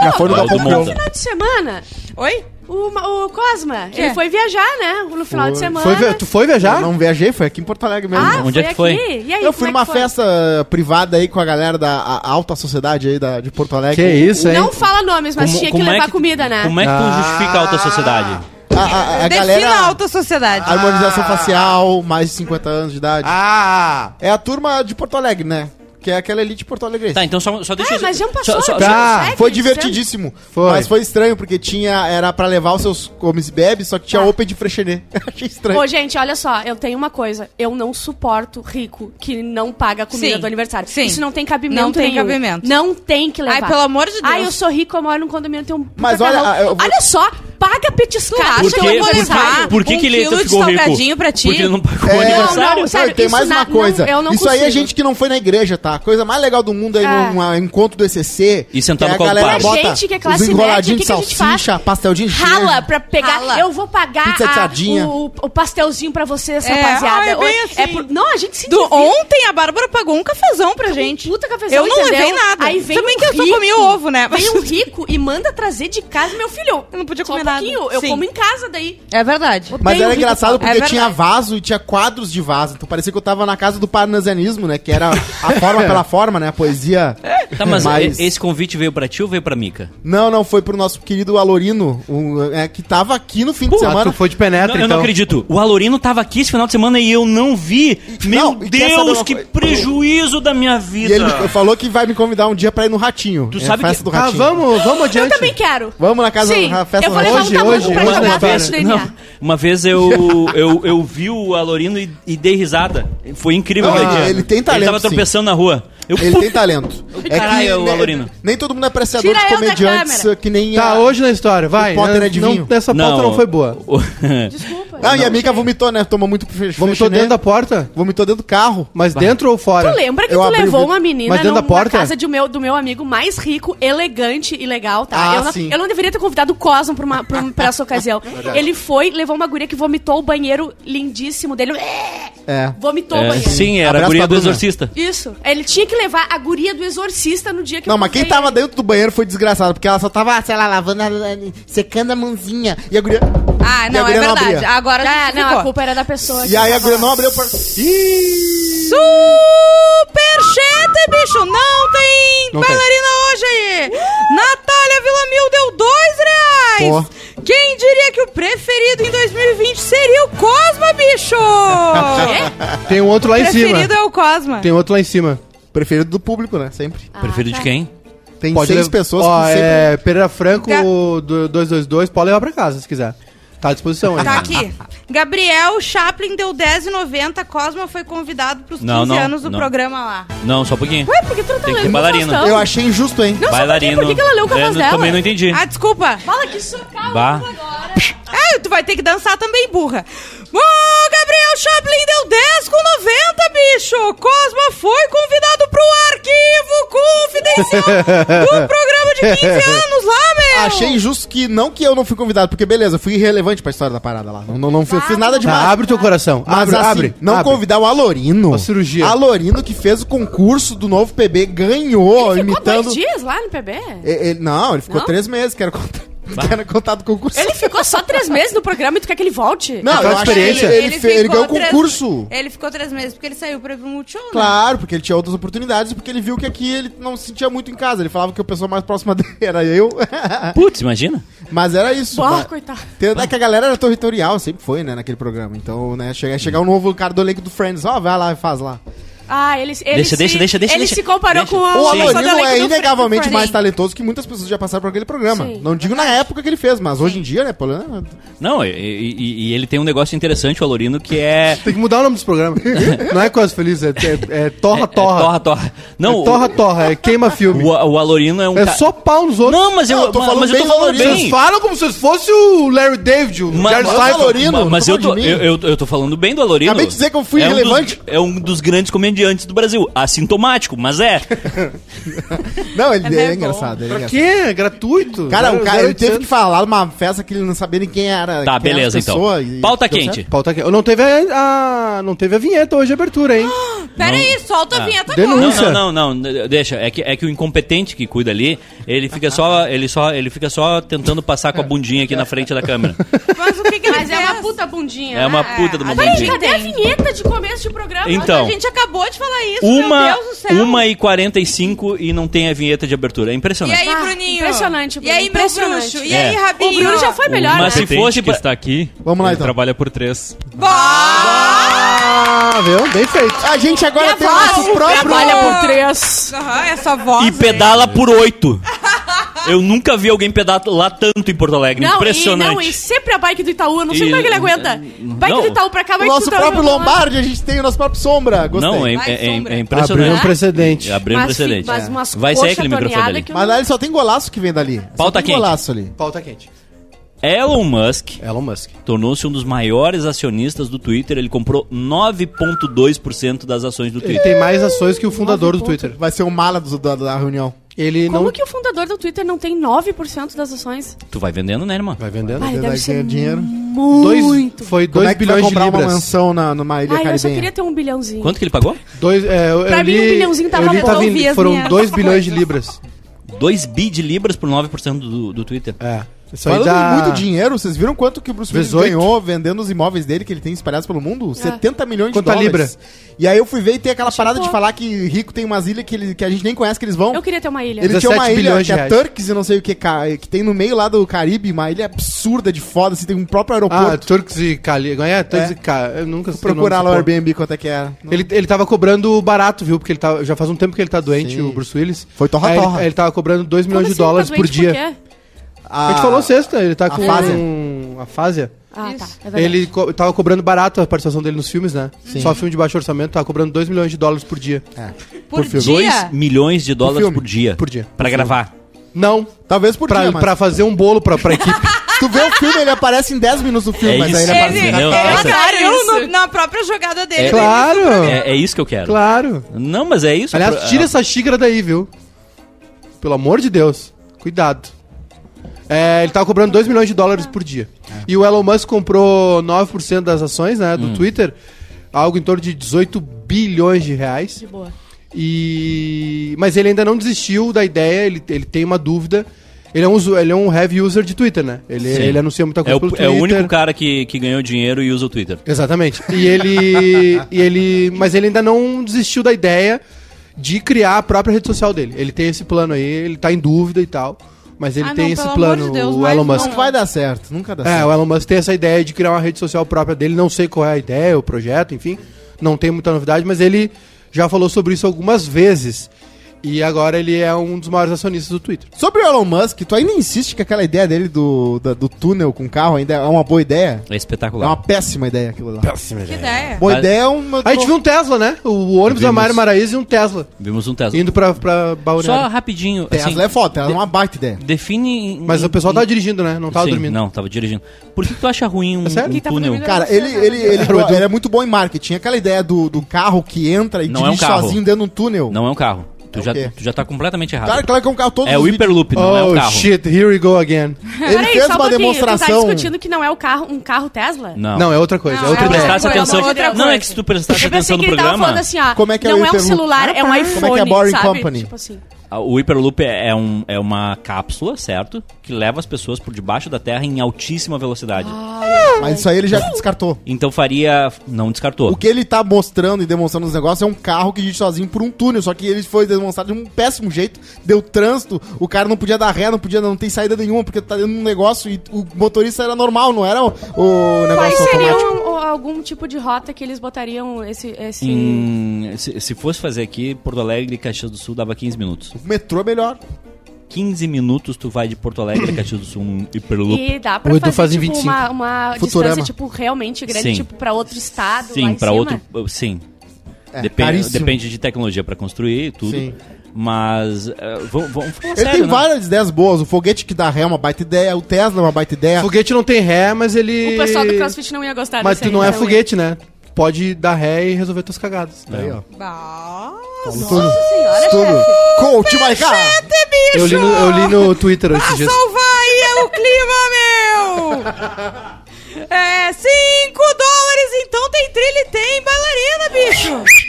D: já foi no
B: Não,
D: Galpão
B: é do
D: Crioulo.
B: Monta.
A: Final de semana,
E: Oi?
A: o, Ma- o Cosma,
E: Que?
A: ele foi viajar, né? No final de semana.
C: Foi, vi- tu foi viajar?
D: Eu Não viajei, foi aqui em Porto Alegre mesmo.
A: Ah,
B: Onde
A: foi
B: é que
A: aqui.
B: foi?
A: E aí, como
D: eu fui
A: é
D: numa
A: que foi?
D: festa privada aí com a galera da a- alta sociedade aí da, de Porto Alegre.
C: Que isso, hein?
A: Não fala nomes, mas
B: como-
A: tinha que
B: como é
A: levar comida, né?
B: Como é que tu
C: Ah.
B: justifica a alta sociedade?
D: A, É a- a
E: Defina
D: galera.
E: a alta sociedade.
D: Harmonização facial, mais de 50 anos de idade.
C: Ah!
D: É a turma de Porto Alegre, né? Que é aquela elite Porto Alegre.
B: Tá, então só, só deixa
A: Ah,
B: eu-
A: mas já não
B: só-
A: passou. já
B: só- só-
C: Tá,
A: consegue,
D: Foi
A: sabe?
D: divertidíssimo.
C: Foi.
D: Mas foi estranho, porque tinha. Era pra levar os seus comes e bebes, só que
A: Tá.
D: tinha open de frechenê. Achei estranho.
A: Ô, gente, olha só, eu tenho uma coisa. Eu não suporto rico que não paga a comida
E: Sim.
A: do aniversário.
E: Sim.
A: Isso não tem cabimento
E: Não tem
A: nenhum.
E: cabimento.
A: Não tem que levar.
E: Ai, pelo amor de Deus.
A: Ai, eu sou rico, eu moro num condomínio, tem um puta
D: Mas olha,
A: galão.
D: eu vou-
A: Olha só, paga petiscada.
E: Acho
B: ah, Por
E: que
B: que,
E: eu vou
B: por que-
E: levar
B: por que
E: um
B: que ele tá
E: quilo de
B: ficou rico?
E: salgadinho pra ti.
B: Porque ele não pagou o
D: É,
B: aniversário.
A: não, sério,
D: e tem
A: isso
D: mais
A: na-
D: uma coisa.
A: não, eu não
D: isso aí é
A: consigo.
D: gente que não foi na igreja, tá? A coisa mais legal do mundo aí
A: É.
D: num ah, encontro do ECC.
B: E sentar
D: que
B: no
D: a
B: colo do
D: galera
B: padre.
D: bota
A: Gente que é classe
D: os enroladinhos
A: média, o que
D: de
A: que a gente
D: salsicha, pastelzinho de
A: Rala
D: queijo.
A: pra pegar.
E: Rala.
A: Eu vou pagar
D: Pizza
A: a-
D: tiadinha.
A: o, o pastelzinho pra vocês,
E: É,
A: rapaziada.
E: ai, é bem
A: Ou-
E: assim.
A: é por- Não, a gente se
E: Do,
A: divide.
E: ontem a Bárbara pagou um cafezão pra gente.
A: puta cafezão,
E: Eu não
A: entendeu?
E: levei nada.
A: Aí vem
E: Também
A: um
E: que eu só
A: rico,
E: comi o ovo, né?
A: Vem um rico e manda trazer de casa meu filho.
E: Eu não podia
A: só
E: comer
A: um
E: nada.
A: pouquinho, eu
E: Sim.
A: como em casa daí.
E: É verdade.
D: Mas
A: Tem um
D: era
A: rico
D: engraçado
E: É
D: porque
E: verdade.
D: tinha vaso e tinha quadros de vaso. Então parecia que eu tava na casa do parnasianismo, né? Que era a forma pela forma, né? A poesia.
B: Tá, mas
D: Mas-
B: esse convite veio pra ti ou veio pra Mica?
D: Não, não, foi pro nosso querido Alorino, um, é, que tava aqui no fim de
C: Ah,
D: semana.
C: tu foi de
B: Não,
D: É,
C: penetra,
B: eu
C: então.
B: não acredito. O Alorino tava aqui esse final de semana e eu não vi. Meu
D: Não, e quer saber
B: Deus,
D: uma
B: que
D: coisa?
B: prejuízo da minha
D: E
B: vida.
D: ele me- falou que vai me convidar um dia pra ir no Ratinho.
B: Tu
D: É
B: sabe
D: a
B: que-
D: festa
B: Tá,
D: do
C: Ah,
D: Ratinho.
C: vamos, vamos
A: Eu
C: adiante.
A: também quero.
D: Vamos na casa
A: Sim,
D: na festa
A: eu vou
D: do
A: levar
D: Ratinho.
A: um tamanco
C: hoje,
A: pra
C: hoje
A: jogar
C: não
A: dentro
C: faz.
A: do DNA.
B: Não, uma vez eu, eu, eu vi o Alorino e, e dei risada. Foi incrível.
D: Não,
B: aquele
D: ele-
B: dia.
D: Ah, ele tem
B: Ele
D: talento,
B: tava
D: sim.
B: tropeçando na rua. Eu,
D: Ele
B: puf,
D: tem talento.
B: Caralho, o
D: ne-
B: Alorino.
D: Nem todo mundo é apreciador
A: Tira
D: de
A: eu da
D: comediantes
A: câmera.
D: que nem
C: Tá,
D: a...
C: hoje na história, vai.
D: O Potter
C: Não-
D: é de vinho.
C: não- essa pauta não. foi boa.
B: É,
A: Desculpa.
D: Não, e a Mika vomitou, né? Tomou muito fe-
C: Vomitou
D: fechinê.
C: dentro da porta?
D: Vomitou dentro do carro.
C: Mas dentro ou fora?
A: Tu lembra que
D: Eu
A: tu
D: abri o
A: levou
D: vidro.
A: uma menina
C: Mas dentro da
A: na
C: porta?
A: casa de meu, do meu amigo mais rico, elegante e legal, tá?
D: Ah,
A: eu, não,
D: sim.
A: eu não deveria ter convidado o Cosmo pra, uma, pra, um- pra essa ocasião. Ele foi, levou uma guria que vomitou o banheiro lindíssimo dele.
D: É.
A: Vomitou o
B: É,
A: banheiro.
B: sim, era
D: Abraço
B: a guria
D: pra
B: do
D: Bruna.
B: exorcista.
A: Isso. Ele tinha que levar a guria do exorcista no dia que
D: Não,
A: eu
D: mas quem
A: convidei
D: tava dentro do banheiro foi desgraçado, porque ela só tava, sei lá, lavando, a- secando a mãozinha. E a guria...
E: Ah,
D: E a
E: não, é
D: guria não
E: verdade.
D: abria.
E: Agora
A: Ah,
E: justificou.
A: não, a culpa era da pessoa.
D: E aí a guria não abriu pra... Ih!
E: Superchete, bicho! Não tem
C: Não
E: bailarina hoje aí! Natália Villamil deu dois reais! Quem diria que o preferido em 2020 seria o Cosma, bicho?
C: Tem um outro lá em cima.
E: preferido é o Cosma.
C: Tem outro lá em cima.
E: Ah,
D: Preferido do público, né? Sempre.
E: tá.
B: Preferido de quem?
D: Tem
C: Pode
D: seis
C: levar-
D: pessoas
C: Ó,
D: que sempre-
C: é, Pereira Franco
E: Ga-
C: do 222, pode levar pra casa se quiser. Tá à disposição aí.
E: Tá aqui. Gabriel Chaplin deu 10,90. Cosma foi convidado pros 15
B: Não, não,
E: anos do
B: não.
E: programa lá.
B: Não, só um pouquinho.
A: Ué, por que tu não tá
B: Tem que
A: lendo
B: ter bailarina.
A: Faustão?
D: Eu achei injusto, hein?
A: Não, só um pouquinho,
B: Bailarino.
A: por que que ela leu com a
B: Eu
A: voz
B: não-
A: dela?
B: Também não entendi.
E: Ah, desculpa.
A: Fala que é socar o
B: Bah.
A: ovo agora.
E: Ah, tu vai ter que dançar também, burra. Ô, Gabriel Chaplin deu 10 com 90, bicho. Cosma foi convidado pro arquivo confidencial do programa de 15 anos lá, meu.
D: Achei injusto que não que eu não fui convidado, porque beleza, fui irrelevante pra história da parada lá. Não, não, não fui- fiz nada
C: Tá,
D: demais.
C: abre o teu coração.
D: Mas
C: abre,
D: assim,
C: abre.
D: não
C: abre.
D: convidar o Alorino.
C: Uma cirurgia.
D: Alorino que fez o concurso do novo PB, ganhou,
A: Ficou
D: imitando.
A: dois dias lá no PB?
D: E- ele- não, ele ficou
A: Não?
D: três meses, que era contado, que era contado o concurso.
A: Ele ficou só três meses no programa e tu quer que ele volte?
D: Não,
C: Aquela
D: eu acho que
C: experiência.
D: ele, ele, fe- ele
E: ficou
D: ganhou o
E: três-
D: concurso.
E: Ele ficou três meses, porque ele saiu pra ir pro Multishow, né?
D: Claro, porque ele tinha outras oportunidades, porque ele viu que aqui ele não se sentia muito em casa. Ele falava que a pessoa mais próxima dele era eu.
B: Putz, imagina.
D: Mas era isso.
A: Bah,
D: mas-
A: Tá coitado.
D: Tem- é que a galera era territorial, sempre foi, né, naquele programa. Então, né, chega- chegar um novo cara do elenco do Friends, ó, vai lá e faz lá.
A: Ah, ele, ele
B: Deixa,
A: se,
B: deixa, deixa, deixa,
A: Ele
B: deixa.
A: se comparou
B: Deixa.
A: com a
D: O
A: a pessoa do
D: Alorino
A: elenco
D: é
A: do
D: inegavelmente
A: Frank
D: mais
A: Fernandes.
D: talentoso que muitas pessoas já passaram por aquele programa.
A: Sim.
D: não digo na época que ele fez, mas hoje em dia, né, problema.
B: Não, e, e- e ele tem um negócio interessante, o Alorino, que é.
C: Tem que mudar o nome desse programa. não é Coisa Feliz, é, é- é Torra Torra.
B: É torra, torra. Não,
C: é torra Torra, é queima
B: o,
C: filme.
B: o, o Alorino é um.
C: É
B: ca-
C: só pau nos outros.
B: Não, mas eu,
D: Não, eu tô
B: mas-
D: falando
B: mas eu tô
D: bem do
B: falando
D: Alorino.
B: bem.
C: Vocês falam como se fosse o Larry David, o
B: Ma-
C: Jerry
B: mas-
D: Seinfeld.
B: Ma-
D: Alorino,
B: mas
D: tá
B: eu
D: falando
B: tô,
D: de mim?
B: eu, eu, eu tô falando bem do Alorino.
D: Acabei de dizer que eu fui
B: um dos-
D: irrelevante.
B: é um dos grandes comediantes do Brasil. Assintomático, mas é.
D: Não, ele ele é,
A: bom.
D: engraçado, ele é
C: Pra
D: engraçado.
C: quê? É gratuito.
D: Cara, o cara ele teve que
C: 0800.
D: falar numa festa que ele não sabia nem quem era.
B: Tá,
D: quem era a
B: beleza então.
D: pessoa e-
B: Pauta
D: deu
B: quente.
D: certo.
C: Pauta tá aqui. Não teve a, a- não teve a vinheta hoje, a abertura, hein?
E: Pera aí, solta a
B: Ah.
A: Tá
E: vinheta
C: Denúncia.
E: agora.
C: Denúncia.
B: Não, não, não, não, deixa. É que, é que o incompetente que cuida ali, ele fica só, ele só, ele fica só tentando passar com a bundinha aqui na frente da câmera.
E: Mas o que que ele
A: Mas é
E: fez?
A: uma puta bundinha.
B: É uma
A: né?
B: puta de uma
A: Peraí,
B: bundinha.
A: cadê a vinheta de começo de programa?
B: Então.
E: A gente acabou de falar isso,
B: Uma,
E: meu Deus do céu.
B: uma e 45 e não tem a vinheta de abertura. É
E: E
B: impressionante.
E: aí,
A: Ah,
E: Bruninho?
A: impressionante,
E: E aí, meu
A: impressionante.
E: bruxo? E
B: É.
E: aí, Rabinho?
A: O Bruno já foi melhor,
B: Mas
A: né?
B: se fosse
F: que
B: pra-
F: está aqui,
D: Vamos lá,
F: ele
D: então.
F: trabalha por três.
C: Ah, viu? Bem feito.
D: A gente agora tem
A: É voz
D: nossos próprios.
A: Trabalha por três.
E: Aham, essa voz.
B: E pedala por oito. Eu nunca vi alguém pedalar tanto em Porto Alegre.
A: Não, e,
B: Impressionante.
A: não, e sempre a bike do Itaú, eu não sei
B: E-
A: como é que ele aguenta. Bike
B: não.
A: do Itaú pra cá,
D: O
A: bike
D: nosso
A: do Itaú.
D: próprio
A: pra lá.
D: Lombardi, a gente tem o nosso próprio Sombra. Gostei.
B: Não, é,
E: Vai,
B: é- é-
E: sombra.
B: é
C: Abriu um
B: impressionante.
C: precedente.
B: Abriu um
A: Mas, fi-
B: precedente.
A: mas umas
B: Vai sair
A: coxas
B: aquele
A: torneadas
B: microfone ali.
A: que eu
D: Mas
A: não-
D: lá ele só tem golaço que vem dali. só
B: Pauta
D: tem
B: quente.
D: golaço ali.
C: Pauta quente.
B: Elon Musk
C: Elon Musk.
B: tornou-se um dos maiores acionistas do Twitter. Ele comprou 9,2% das ações do
C: Ele
B: Twitter.
C: tem mais ações que o fundador do Twitter.
D: Vai ser o mala do- da, da reunião.
C: Ele
A: Como
C: não
A: que o fundador do Twitter não tem 9% das ações?
B: Tu vai vendendo, né, irmão?
C: vai vendendo.
A: Ai,
D: Ele
A: deve
D: vai
A: ser
D: ganhar dinheiro.
A: Muito.
C: Dois, foi
D: Como
C: 2
D: é que vai
C: bilhões de
D: comprar uma
C: libras.
D: mansão na, numa ilha
A: Ai, eu só
D: caribenha?
A: queria ter um bilhãozinho.
B: Quanto que ele pagou?
C: Dois, é, eu,
A: Pra
C: eu
A: mim,
C: li-
A: um bilhãozinho tava
C: eu li,
A: bom.
C: tava
E: Eu
C: em-
E: ouvi as
C: Foram
E: minhas
C: 2 bilhões de
E: coisas.
C: libras.
B: 2 bi de libras por 9% do, do Twitter.
C: É. Isso aí
D: Falando
C: dá...
D: em muito dinheiro, vocês viram quanto que o Bruce Willis
C: 18?
D: ganhou vendendo os imóveis dele que ele tem espalhados pelo mundo?
A: É.
D: 70 milhões de
C: Quanto a
D: dólares. E aí eu fui ver e tem aquela parada de
A: pouco.
D: falar que rico tem umas ilhas que, ele, que a gente nem conhece que eles vão.
A: Eu queria ter uma ilha.
D: Ele tinha uma
C: 17
D: ilha
C: bilhões
D: que
C: de
D: é
C: reais.
D: Turks e não sei o que, ca- que tem no meio lá do Caribe, uma ilha absurda de foda, assim, tem um próprio
C: Ah,
D: aeroporto.
C: Turks e Cali. Ganhar Turks
D: É.
C: e Cali. Eu nunca sei o nome
D: procurar
C: dessa
D: lá o
C: porra.
D: Airbnb quanto é que era.
C: Ele, ele tava cobrando barato, viu? Porque ele tá, já faz um tempo que ele tá doente,
D: Sim.
C: o Bruce Willis.
D: Foi torra,
C: Aí ele-
D: torra.
C: Ele, tava cobrando 2
A: Como
C: milhões de
A: assim, tá
C: dólares por
A: doente
C: dia.
A: quê?
C: A
D: Ah,
C: gente falou sexta, ele tá com
D: fase.
C: um, a fase.
A: Ah, tá. É verdade.
C: Ele co- tava cobrando barato a participação dele nos filmes, né? Só filme de baixo orçamento, tava cobrando 2 milhões de dólares por dia.
B: É.
E: Por
D: filme.
E: dia?
B: 2 milhões de dólares
D: filme.
B: por dia.
C: Por dia.
B: Pra gravar.
C: Não,
D: Talvez por
C: pra,
D: dia, mas-
C: pra fazer um bolo pra, pra equipe.
D: Se tu vê o filme, ele aparece em 10 minutos do filme,
B: É
D: mas
B: isso.
D: aí ele
B: É,
D: aparece.
B: ele- Entendeu?
E: Ele
B: Essa-
E: caiu no-
A: Isso.
E: na própria jogada dele.
B: É.
C: claro,
B: É, é isso que eu quero.
C: Ah. claro.
B: Não, mas é isso.
C: Aliás,
B: Pro-
C: tira essa xícara daí, viu? Pelo amor de Deus. Cuidado. É, ele tava cobrando 2 milhões de dólares por dia.
B: É.
C: E o Elon Musk comprou 9% das ações né,
B: Hum.
C: do Twitter, algo em torno de 18 bilhões de reais.
A: De boa.
C: E... Mas ele ainda não desistiu da ideia, ele, ele tem uma dúvida. Ele é, um, usu- ele é um heavy user de Twitter, né? Ele,
B: Sim.
C: ele anuncia muita
B: É
C: coisa
B: o,
C: pelo
B: é
C: Twitter.
B: o único cara que, que ganhou dinheiro e usa o Twitter.
C: Exatamente. E ele, e ele. Mas ele ainda não desistiu da ideia de criar a própria rede social dele. Ele tem esse plano aí, ele tá em dúvida e tal. Mas ele
E: Ah,
C: tem
E: não,
C: esse
E: pelo
C: plano,
E: amor de Deus,
C: o
E: mas
C: Elon
E: não.
C: Musk.
D: Não vai dar certo, nunca dá
C: É,
D: certo.
C: o Elon Musk tem essa ideia de criar uma rede social própria dele, não sei qual é a ideia, o projeto, enfim, não tem muita novidade, mas ele já falou sobre isso algumas vezes, E agora ele é um dos maiores acionistas do Twitter.
D: Sobre o Elon Musk, tu ainda insiste que aquela ideia dele do, da- do túnel com carro ainda é uma boa ideia?
B: É
D: É
B: espetacular.
D: uma péssima ideia aquilo lá.
E: Que ideia.
D: Boa
B: Mas-
D: ideia é uma.
C: A gente viu um Tesla, né? O, ônibus da
B: Vimos.
C: Mário Maraíza e um Tesla
B: Vimos um Tesla.
C: indo pra, pra
B: Só
C: Balneário.
B: rapidinho.
D: Tesla
B: assim,
D: é foda, Tesla é uma baita ideia.
B: Define. em-
C: Mas o pessoal tava dirigindo, né? Não tava
B: Sim,
C: dormindo.
B: Não, tava dirigindo. Por que, que tu acha ruim um,
C: É sério?
B: um
C: Quem
A: tava
B: túnel?
A: dormindo
D: Cara,
A: Eu
D: ele,
A: não sei
D: ele, ele,
C: Era o Edu.
D: ele é muito bom em marketing. Aquela ideia do, do carro que entra e
B: Não é um
D: dirige
B: carro.
D: sozinho dentro de um túnel.
B: Não é um carro. Tu,
D: É o
B: já,
D: quê?
B: tu já tá completamente errado.
D: Cara, claro que é um carro todo
B: é o hiperloop, não é um
C: Oh,
B: carro.
C: shit, here we go again.
D: Ele
A: Peraí,
D: fez
A: só um
D: uma
A: pouquinho, Tu
D: demonstração.
A: tá discutindo que não é o carro, um carro Tesla?
B: Não.
C: Não. é outra coisa.
E: Não,
C: é
A: Ah,
C: outra
B: Se tu
C: ideia.
E: é outra
B: prestasse
E: coisa,
B: atenção.
E: é outra
B: Não,
E: coisa.
B: é que se tu prestasse
A: Eu pensei
B: atenção
A: que
B: no
A: ele tava
B: programa.
A: falando assim, ó,
D: Como é que é o
A: não é um
D: hiperloop?
A: celular, é um iPhone,
D: Como é que é a Boring
A: sabe?
D: Company?
A: Tipo assim.
B: O Hyperloop é, é um, é uma cápsula, certo? Que leva as pessoas por debaixo da Terra em altíssima velocidade.
A: Ah.
D: Mas isso aí ele já descartou.
B: Então faria. Não descartou.
D: O que ele tá mostrando e demonstrando nos negócios é um carro que dirige sozinho por um túnel. Só que ele foi demonstrado de um péssimo jeito, deu trânsito, o cara não podia dar ré, não podia, não tem saída nenhuma, porque tá dentro de um negócio e o motorista era normal, não era o, o
A: Quais
D: negócio
A: seriam
D: automático.
A: o- algum tipo de rota que eles botariam esse... esse...
B: Em- se, se fosse fazer aqui, Porto Alegre e Caxias do Sul dava 15 minutos.
E: um
D: O metrô é melhor.
B: 15 minutos tu vai de Porto Alegre a Caxias do Sul num Hyperloop.
A: E dá
C: O
A: pra
C: Edu
A: fazer
C: faz em
A: tipo,
C: 25.
A: uma, uma
D: Futurama.
A: distância tipo, realmente grande,
B: Sim.
A: tipo pra outro estado, lá
B: Sim,
A: em
B: para
A: cima?
B: outro. uh, Sim.
D: É,
B: depende,
D: caríssimo.
B: depende de tecnologia para construir e tudo.
D: Sim.
B: Mas. eh, vamos, vamos falar
D: Ele
B: sério,
D: tem
B: né?
D: várias ideias boas. O foguete que dá ré é uma baita ideia, o Tesla é uma baita ideia.
C: Foguete não tem ré, mas ele.
A: O pessoal do CrossFit não ia gostar
C: Mas
A: desse
C: tu
A: aí,
C: não é
A: então,
C: foguete, né? Pode dar ré e resolver tuas cagadas.
B: É.
D: Aí, ó.
E: Nossa
D: É, Tudo.
E: senhora,
D: Tudo. Coach Maiká!
E: gente, bicho!
C: Eu li no, eu li no Twitter
E: Pra
C: esses dias.
E: salvar aí o clima, meu! É, 5 dólares, então tem trilha e tem bailarina, bicho!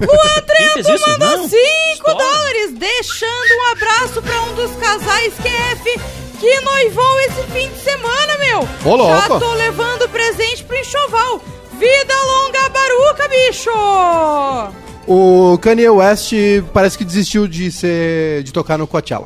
E: O
B: Quem fez
E: Andreto
B: isso?
E: mandou
B: Não.
E: 5
B: Stop.
E: dólares, deixando um abraço pra um dos casais QF que noivou esse fim de semana, meu!
C: Ô, louco.
E: Já tô levando presente pro enxoval! Vida longa, baruca, bicho!
C: O Kanye West parece que desistiu de ser. de tocar no Coachella.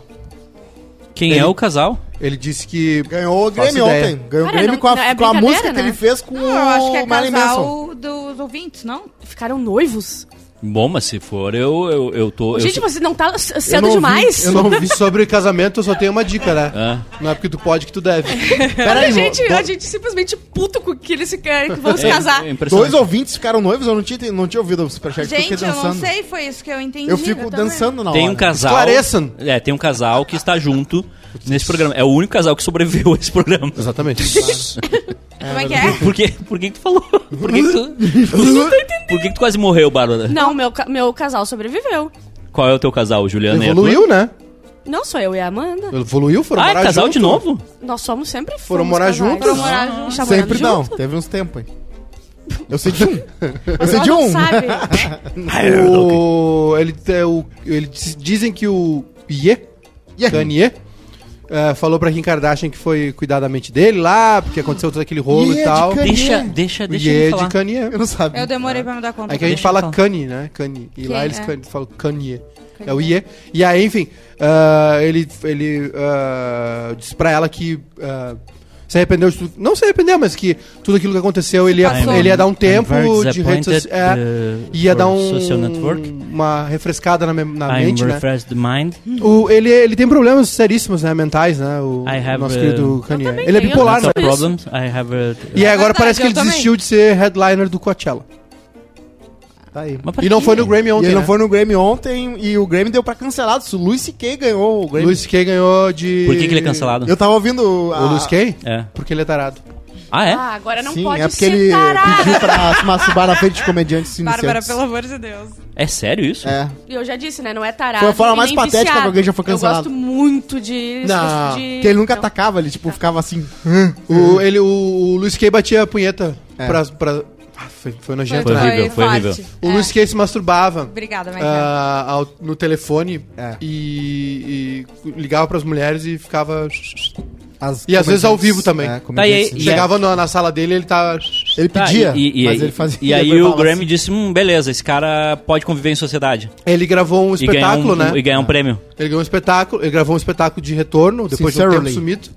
B: Quem
C: Ele-
B: é o casal?
C: Ele disse que.
D: Ganhou o
C: Faço
D: Grêmio
C: ideia.
D: ontem. Ganhou o
A: Cara,
D: Grêmio
A: não-
D: com a,
A: não, é
D: com a música
A: brincadeira,
D: que ele
A: né?
D: fez com
E: Não, eu acho que é
D: o Marilyn Manson.
E: casal dos ouvintes, não?
A: Ficaram noivos?
B: Bom, mas se for, eu, eu, eu tô. eu
A: Gente,
B: sou-
A: você não tá c-
C: Eu
A: cedo
C: não vi-
A: demais?
C: Eu não vi sobre casamento, eu só tenho uma dica, né?
B: Ah.
C: Não é porque tu pode que tu deve.
A: a,
D: Peraí,
A: gente,
D: vo-
A: a gente simplesmente puto com que eles se querem, que vão se
B: É,
A: casar.
B: é
D: Dois
B: impressionante.
D: ouvintes ficaram noivos, eu não tinha, não tinha ouvido o superchat, eu
E: Gente,
D: fiquei
E: eu não
D: dançando.
E: sei, foi isso que eu entendi.
D: Eu fico
E: também.
D: dançando na hora.
B: Tem um casal.
C: Esclareçam.
B: É, tem um casal que está junto nesse programa. É o único casal que sobreviveu a esse programa.
C: Exatamente.
B: Tá.
E: Como é que é?
B: Por que, por que que tu falou? Por que que tu, por que que tu quase morreu, Bárbara?
A: Não, meu, ca- meu casal sobreviveu.
B: Qual é o teu casal, Juliana? É a tua?
C: Evoluiu, né?
A: Não sou eu e a Amanda.
C: Evoluiu, foram
B: Ah, é
C: morar
B: casal
C: junto.
B: de novo?
A: Nós somos sempre
C: Foram
A: fomos
C: morar
A: casais.
C: juntos? Foram
A: morar juntos. Tá morando
D: Sempre não,
A: junto?
D: teve uns tempos aí. Eu sei de um. Eu sei
A: Ela
D: de
A: não
D: um.
A: sabe.
D: Ah,
B: Ah,
C: O... Ele, é o... ele diz- Dizem que o Ye,
D: Yeah.
C: Kanye, eh, falou pra Kim Kardashian que foi cuidar da mente dele lá, porque aconteceu todo aquele rolo
D: Ye
C: e
D: de
C: tal.
D: Kanye.
B: Deixa, deixa,
C: O
B: deixa ele
C: Ye
B: falar.
C: é de Kanye.
D: Eu não sabia.
E: Eu demorei pra me dar conta.
C: É que a gente
E: também.
C: fala Kanye, né? Kanye. E lá
E: Kanye,
C: eles
E: é.
C: can- falam Kanye. É o Ye. E aí, enfim, ah, ele, ele ah, disse pra ela que ah, se arrependeu de tudo. Não se arrependeu, mas que tudo aquilo que aconteceu, ele ia,
E: Passou.
C: ele
B: né?
C: ia dar um tempo
B: I'm very
C: de redes
B: disappointed,
C: sociais. É,
B: uh,
C: ia
B: for
C: dar um,
B: Social network. Ah,
C: uma refrescada na, me- na
B: I'm
C: mente, né?
B: refreshed the mind.
C: O, ele, ele tem problemas seríssimos, né? Mentais, né? O
B: I have,
C: nosso
B: uh,
C: querido Kanye.
A: também
C: Ele é
A: tenho.
C: bipolar, né?
B: Mental
A: isso.
B: problems. I have a...
C: E agora
E: É verdade,
C: parece que
E: eu
C: ele
E: também.
C: desistiu de ser headliner do Coachella.
D: Tá aí.
B: Mas pra
C: é- E não
B: quê?
C: foi no Grammy
D: E
C: ontem,
D: ele não
C: né?
D: foi no Grammy ontem e o Grammy deu pra cancelar isso. O Luis C.K. ganhou o Grammy.
C: Luiz Kay ganhou de...
B: Por que, que ele é cancelado?
D: Eu tava ouvindo.
C: O Luiz Kay?
B: É.
C: Porque ele é tarado.
B: Ah, é?
A: Ah, agora não
D: Sim,
A: pode
D: é porque
A: ser
D: ele
A: tarado.
D: pediu pra se masturbar na frente de comediantes
E: Bárbara,
D: iniciantes.
E: pelo amor de Deus.
B: É sério isso?
D: É.
A: Eu já disse, né? Não é tarado.
D: Foi a forma
A: e
D: mais
A: nem
D: patética
A: viciado.
D: que alguém já foi cancelado.
A: Eu gosto muito de...
D: Não,
A: de-
D: que ele nunca
A: Não.
D: atacava, ele tipo ficava assim.
B: É.
C: O, ele, o, o Luiz Kay batia a punheta
D: É.
C: pra... pra- Ah, foi, foi nojento,
B: Foi
C: né?
B: horrível, foi
E: forte.
B: horrível.
C: O
E: É.
C: Luiz Kay se masturbava
E: Obrigada, é. Maica.
C: ah, ao- no telefone
D: É.
C: e, e ligava pras mulheres e ficava...
D: As
C: E às vezes ao vivo também.
D: É,
B: Tá, e aí-
D: comediantes.
B: e
C: Chegava na, na sala dele ele tava...
D: Ele
B: Tá,
D: pedia,
B: e, e-
D: mas
B: e-
D: ele fazia.
B: e aí
D: depois
B: o
D: falava
B: Grammy
D: assim.
B: disse, hum, beleza, esse cara pode conviver em sociedade.
C: Ele gravou um
B: E ganhar
C: espetáculo,
B: um,
C: né?
B: e ganhar um prêmio.
C: Ele ganhou um espetáculo, ele gravou um espetáculo de retorno, depois de um
D: Sincerely.
C: tempo sumido.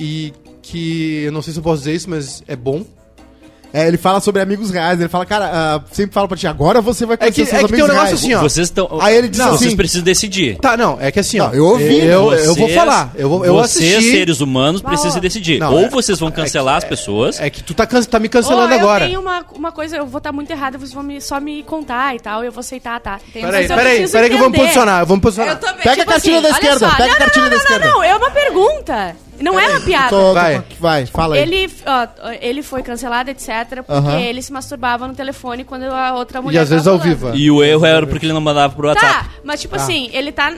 C: E que, eu não sei se eu posso dizer isso, mas é bom.
D: É, ele fala sobre amigos reais, ele fala, cara, ah, sempre fala pra ti, agora você vai
C: É que,
D: conhecer
C: é que tem um negócio assim, ó.
B: Vocês estão.
D: Aí ele diz
B: Não, vocês
D: assim-
B: precisam decidir.
C: Tá, não, é que assim, ó.
D: Não, eu ouvi,
C: Eu, eu vou
B: Vocês-
C: falar. Eu, vou, eu
B: vocês,
C: assisti.
B: seres humanos,
A: Bah,
B: precisam
A: ó.
B: se decidir.
C: Não,
B: Ou
C: é-
B: vocês vão cancelar as pessoas.
C: É que tu tá, can- tá me
A: Ó,
C: cancelando agora.
A: Eu tenho um uma, uma coisa, eu vou estar muito errada, vocês vão me, só me contar e tal, eu vou aceitar, tá?
C: Peraí,
A: Mas eu
C: peraí,
A: preciso
C: peraí que eu vou me
A: entender.
C: posicionar. Eu vou me posicionar.
E: Eu também.
D: Pega
A: Tipo
D: a cartilha
A: assim,
D: da
A: olha
D: esquerda,
A: só,
D: pega
A: não,
D: a cartilha
A: não,
D: da
A: não,
D: esquerda.
A: Não, não, é uma pergunta. Não é uma piada.
D: Tô- tô-
C: Vai.
D: vai, fala aí.
A: Ele, ó, ele foi cancelado, etc., porque
D: Aham.
A: ele se masturbava no telefone quando a outra mulher.
C: E às
A: tava
C: vezes ao
A: falando.
C: vivo. é.
B: E o erro era porque ele não mandava pro WhatsApp.
A: Tá, mas tipo assim, ele tá.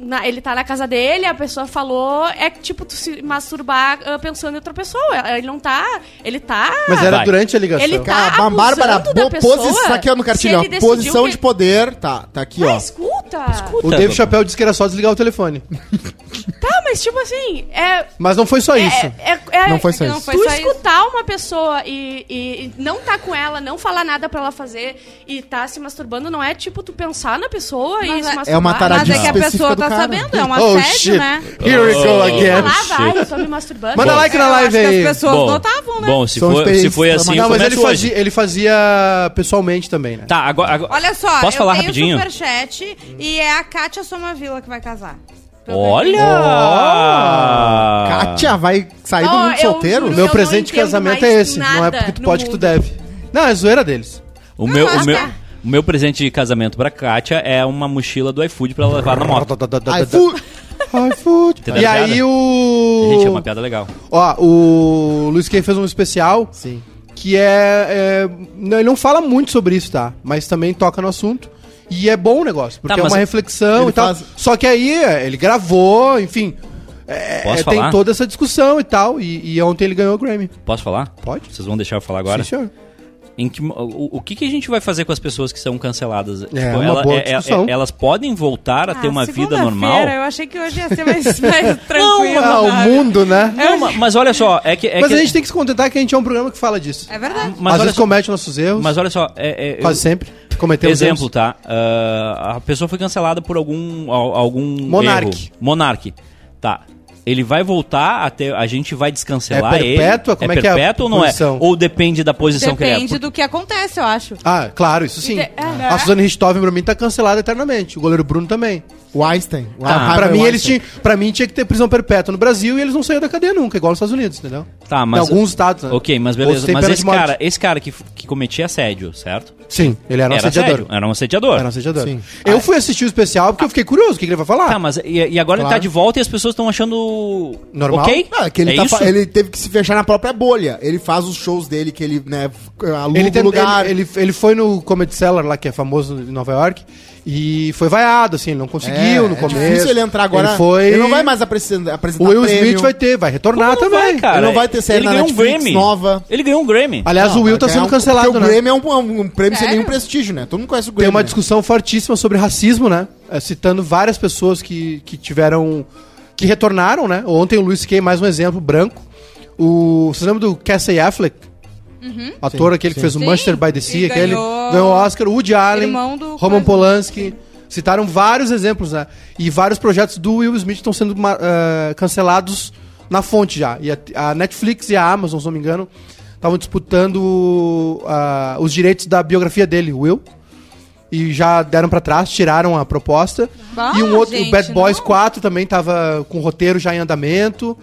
A: Na, ele tá na casa dele, a pessoa falou. É que, tipo tu se masturbar ah, pensando em outra pessoa. Ele não tá. Ele tá.
C: Mas é era
B: Vai.
C: durante a ligação.
A: Ele tá-
D: Cara, a
A: abusando
D: Bárbara,
A: da
D: bo-
A: pessoa,
D: posição, tá aqui ó, no cartilho,
A: se ele
D: ó, posição
A: decidiu que-
D: de poder, tá, tá aqui,
A: Ah,
D: ó.
A: escuta.
C: O
B: Tá
C: David Chapéu disse que era só desligar o telefone.
A: Tá, mas tipo assim, é.
C: Mas não foi só
A: é-
C: isso.
A: é- é-
D: Não foi
A: tu
D: só isso.
E: Não foi só
A: escutar uma pessoa e, e- e não tá com ela, não falar nada pra ela fazer e tá se masturbando, não é tipo tu pensar na pessoa e
E: Mas é-
A: se
E: é
A: masturbar.
D: É uma
E: Mas
D: taradinha
E: é que a
D: específica
E: pessoa
D: do
E: tá
D: cara.
E: sabendo, é um
C: Oh,
E: assédio,
C: shit.
E: né?
C: Here we go
B: Oh.
C: again.
B: Ah,
A: Falava, ai, eu tô me masturbando.
C: Manda
A: Bom,
C: like
E: Eu
C: na
E: acho
C: live
E: que
C: aí.
E: as pessoas notavam, né?
B: Bom, se
D: São
B: for, se
D: experiências
B: foi assim,
C: Não,
B: eu
C: mas ele
B: começo hoje.
C: fazia, ele fazia pessoalmente também, né?
B: Tá, agora, agora-
E: Olha só,
B: Posso
E: eu
B: falar
E: tenho
B: rapidinho?
E: superchat e é a Kátia Somavila que vai casar. Pelo
B: Olha! Ah.
D: Kátia vai sair do
A: Ó,
D: mundo
A: eu
D: solteiro?
A: juro,
C: Meu
A: eu não
C: presente de
A: entendo
C: casamento
A: mais
C: é esse. Não é
A: nada
C: porque tu
A: no
C: pode que tu
A: mundo.
C: deve. Não, é zoeira deles.
B: O meu, o,
E: mas
B: meu,
E: tá.
B: o meu presente de casamento pra Kátia é uma mochila do iFood pra ela levar na moto.
D: Ai, fu-
C: iFood.
B: Entendeu
C: E
B: a piada?
C: aí
B: Gente, é uma
C: o.
B: piada legal.
C: Ó, o Luiz Kay fez um especial
D: Sim.
C: que é. é- Não, ele não fala muito sobre isso, tá? Mas também toca no assunto. E é bom o negócio, porque
B: Tá,
C: é
B: mas
C: uma reflexão
D: ele
C: e tal.
D: faz-
C: Só que aí é, ele gravou, enfim. é,
B: Posso
C: é,
B: falar?
C: Tem toda essa discussão e tal. E, e ontem ele ganhou o Grammy.
B: Posso falar?
C: Pode?
B: Vocês vão deixar eu falar agora?
C: Sim, senhor.
B: Em que, mo- o, o que, que a gente vai fazer com as pessoas que são canceladas?
C: É,
B: Tipo, é,
C: uma boa discussão.
B: elas podem voltar a ter uma vida normal?
E: Ah, Eu achei que hoje ia ser mais, mais tranquilo.
C: Ah, o
E: sabe?
C: mundo, né?
B: Não, ma- mas olha só, é que. é
C: Mas
B: que-
C: a gente tem que se contentar que a gente é um programa que fala disso.
E: É verdade.
B: mas
C: Às
B: olha
C: vezes
B: só,
C: comete nossos erros.
B: mas olha só, é- é- eu-
C: Quase sempre. Cometemos
B: exemplo,
C: erros.
B: tá? Ah, a pessoa foi cancelada por algum al- algum
C: Monarque.
B: erro. Monarque. Tá. Ele vai voltar até a gente vai descancelar
C: É perpétua?
B: ele?
C: Como
B: é
C: é que é a
B: perpétua ou não
C: posição?
B: é? Ou depende da posição que ele
E: Depende
B: é?
E: do que acontece, eu acho.
C: Ah, claro, isso sim.
A: Inte- é.
C: A Suzane Richthofen, pra mim, tá cancelada eternamente. O goleiro Bruno também.
D: O Einstein. O
B: Tá,
C: pra,
D: Harvey
C: mim,
D: Weinstein.
C: eles tinham, pra mim, tinha que ter prisão perpétua no Brasil e eles não saíram da cadeia nunca, igual nos Estados Unidos, entendeu?
B: Tá,
C: Em alguns estados, né?
B: Ok, mas
C: Outros
B: beleza.
C: têm
B: Mas
C: pena
B: esse
C: de morte.
B: cara, esse cara que, f- que cometia assédio, certo?
C: Sim, ele era um assediador.
B: assédio, Era um assediador.
C: Era um assediador.
D: Sim.
C: Eu fui assistir o especial porque eu fiquei curioso o que, que ele vai falar.
B: Tá, mas e, e agora ele
D: Ah, Claro.
B: tá de volta e as pessoas estão achando.
C: Normal?
B: Ok?
D: Ah, é que ele,
B: é
D: tá
B: isso?
D: fa- ele teve que se fechar na própria bolha. Ele faz os shows dele, que ele, né, aluga
C: Ele,
D: o
C: tem-
D: lugar.
C: ele, ele, ele foi no Comedy Cellar lá, que é famoso em Nova York, e foi vaiado, assim, ele não conseguiu no começo.
D: É difícil ele entrar agora.
C: Ele, foi...
D: ele não vai mais apresen- apresentar
C: O Will
D: prêmio.
C: Smith vai ter, vai retornar
B: Como não
C: também.
B: vai, cara?
D: tá Ele não vai ter série
B: ele
D: na
B: ganhou
D: Netflix
B: um Grammy.
D: nova.
B: Ele ganhou um Grammy.
C: Aliás,
D: Não,
C: o Will
D: vai
C: tá
D: ganhar
C: sendo
D: um-
C: cancelado,
D: porque
C: né?
D: o Grammy é um, um prêmio sem
E: Sério?
D: nenhum prestígio, né? Todo mundo conhece o Grammy.
C: Tem uma
D: né?
C: discussão fortíssima sobre racismo, né? É, Citando várias pessoas que, que tiveram. que retornaram, né? Ontem o Luis Kay, mais um exemplo, branco. O, você lembra do Cassie Affleck? Ator aquele que fez o
E: Uhum. Sim,
C: Manchester by the Sea,
E: ele
C: aquele.
E: ganhou-
C: Ganhou o Oscar, o Woody Allen,
E: Irmão do
C: Roman
E: coisa-
C: Polanski. Citaram vários exemplos, né? E vários projetos do Will Smith estão sendo ma- ah, cancelados na fonte já. E a, a Netflix e a Amazon, se não me engano, estavam disputando ah, os direitos da biografia dele, Will e já deram pra trás, tiraram a proposta.
E: Ah,
C: e um outro,
E: gente,
C: o Bad Boys
E: não.
C: 4 também tava com o roteiro já em andamento,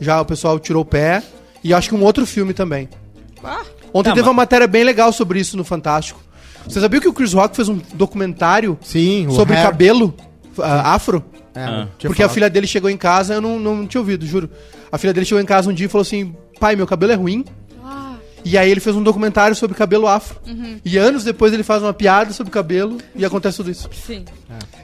C: já o pessoal tirou o pé. E acho que um outro filme também.
E: Ah,
C: Ontem
B: Tá,
C: teve
B: mas-
C: uma matéria bem legal sobre isso no Fantástico. Você sabia que o Chris Rock fez um documentário
D: Sim,
C: sobre
D: Hair.
C: cabelo ah, afro?
D: É,
B: Ah.
D: tinha
C: Porque a
D: falado.
C: filha dele chegou em casa, eu não, não tinha ouvido, juro. A filha dele chegou em casa um dia e falou assim: pai, meu cabelo é ruim.
E: Ah.
C: E aí ele fez um documentário sobre cabelo afro.
E: Uhum.
C: E anos depois ele faz uma piada sobre cabelo e acontece tudo isso.
E: sim.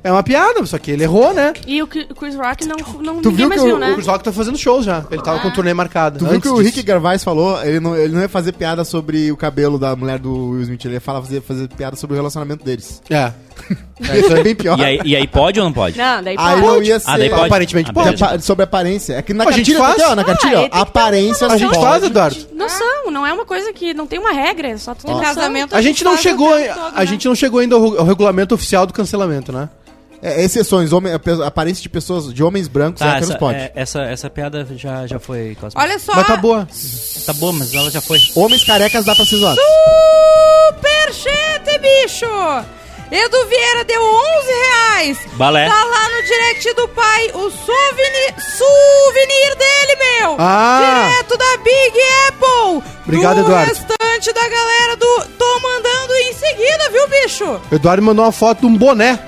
C: É uma piada, só que ele errou, né?
A: E o Cri- Chris Rock não, não
D: Tu
A: ninguém
D: viu
A: mais
D: que
A: viu,
D: o-
E: É.
A: né?
C: O Chris Rock tá fazendo shows já. Ele tava com o turnê marcado.
D: Tu viu
C: antes
D: que o
C: disso.
D: Rick Gervais falou? Ele não, ele não ia fazer piada sobre o cabelo da mulher do Will Smith. Ele ia falar, fazer, fazer piada sobre o relacionamento deles.
C: É.
D: É, isso é bem pior.
B: E aí, e aí pode ou não pode?
A: Não, daí
D: Aí
A: pode.
D: não ia ser...
B: Ah, daí pode.
C: Aparentemente
B: Ah,
C: pode.
B: beleza.
D: Apa- Sobre aparência. É que na
C: A gente
D: cartilha, tá
C: faz. é,
D: aqui, ó, na cartilha,
A: Ah,
D: ó,
A: ele tem que ter
D: aparência
E: Tá
C: A gente
D: pode.
C: faz, Eduardo.
A: Noção, não é uma coisa que não tem uma regra, é só tu tem
E: O
A: casamento.
E: casamento
C: A gente não
E: faz Tá o
C: chegou,
E: tempo todo,
C: a
E: né?
C: gente não chegou ainda ao, ao regulamento oficial do cancelamento, né?
D: É, exceções, homem, a pe- aparência de pessoas, de homens brancos,
B: Tá,
D: é que
B: essa,
D: não pode.
B: é, essa, essa piada já, já foi, Cosmo.
E: Olha só.
C: Mas tá boa.
B: Tá boa, mas ela já foi.
D: Homens carecas dá pra ser zoado.
E: Superchete, bicho! Edu Vieira deu 11 reais.
B: Balé.
E: Tá lá no direct do pai o souvenir, souvenir dele, meu!
C: Ah!
E: Direto da Big Apple!
C: Obrigado,
E: do
C: Eduardo.
E: restante da galera do Tô Mandando em seguida, viu, bicho?
C: O Eduardo mandou uma foto de um boné.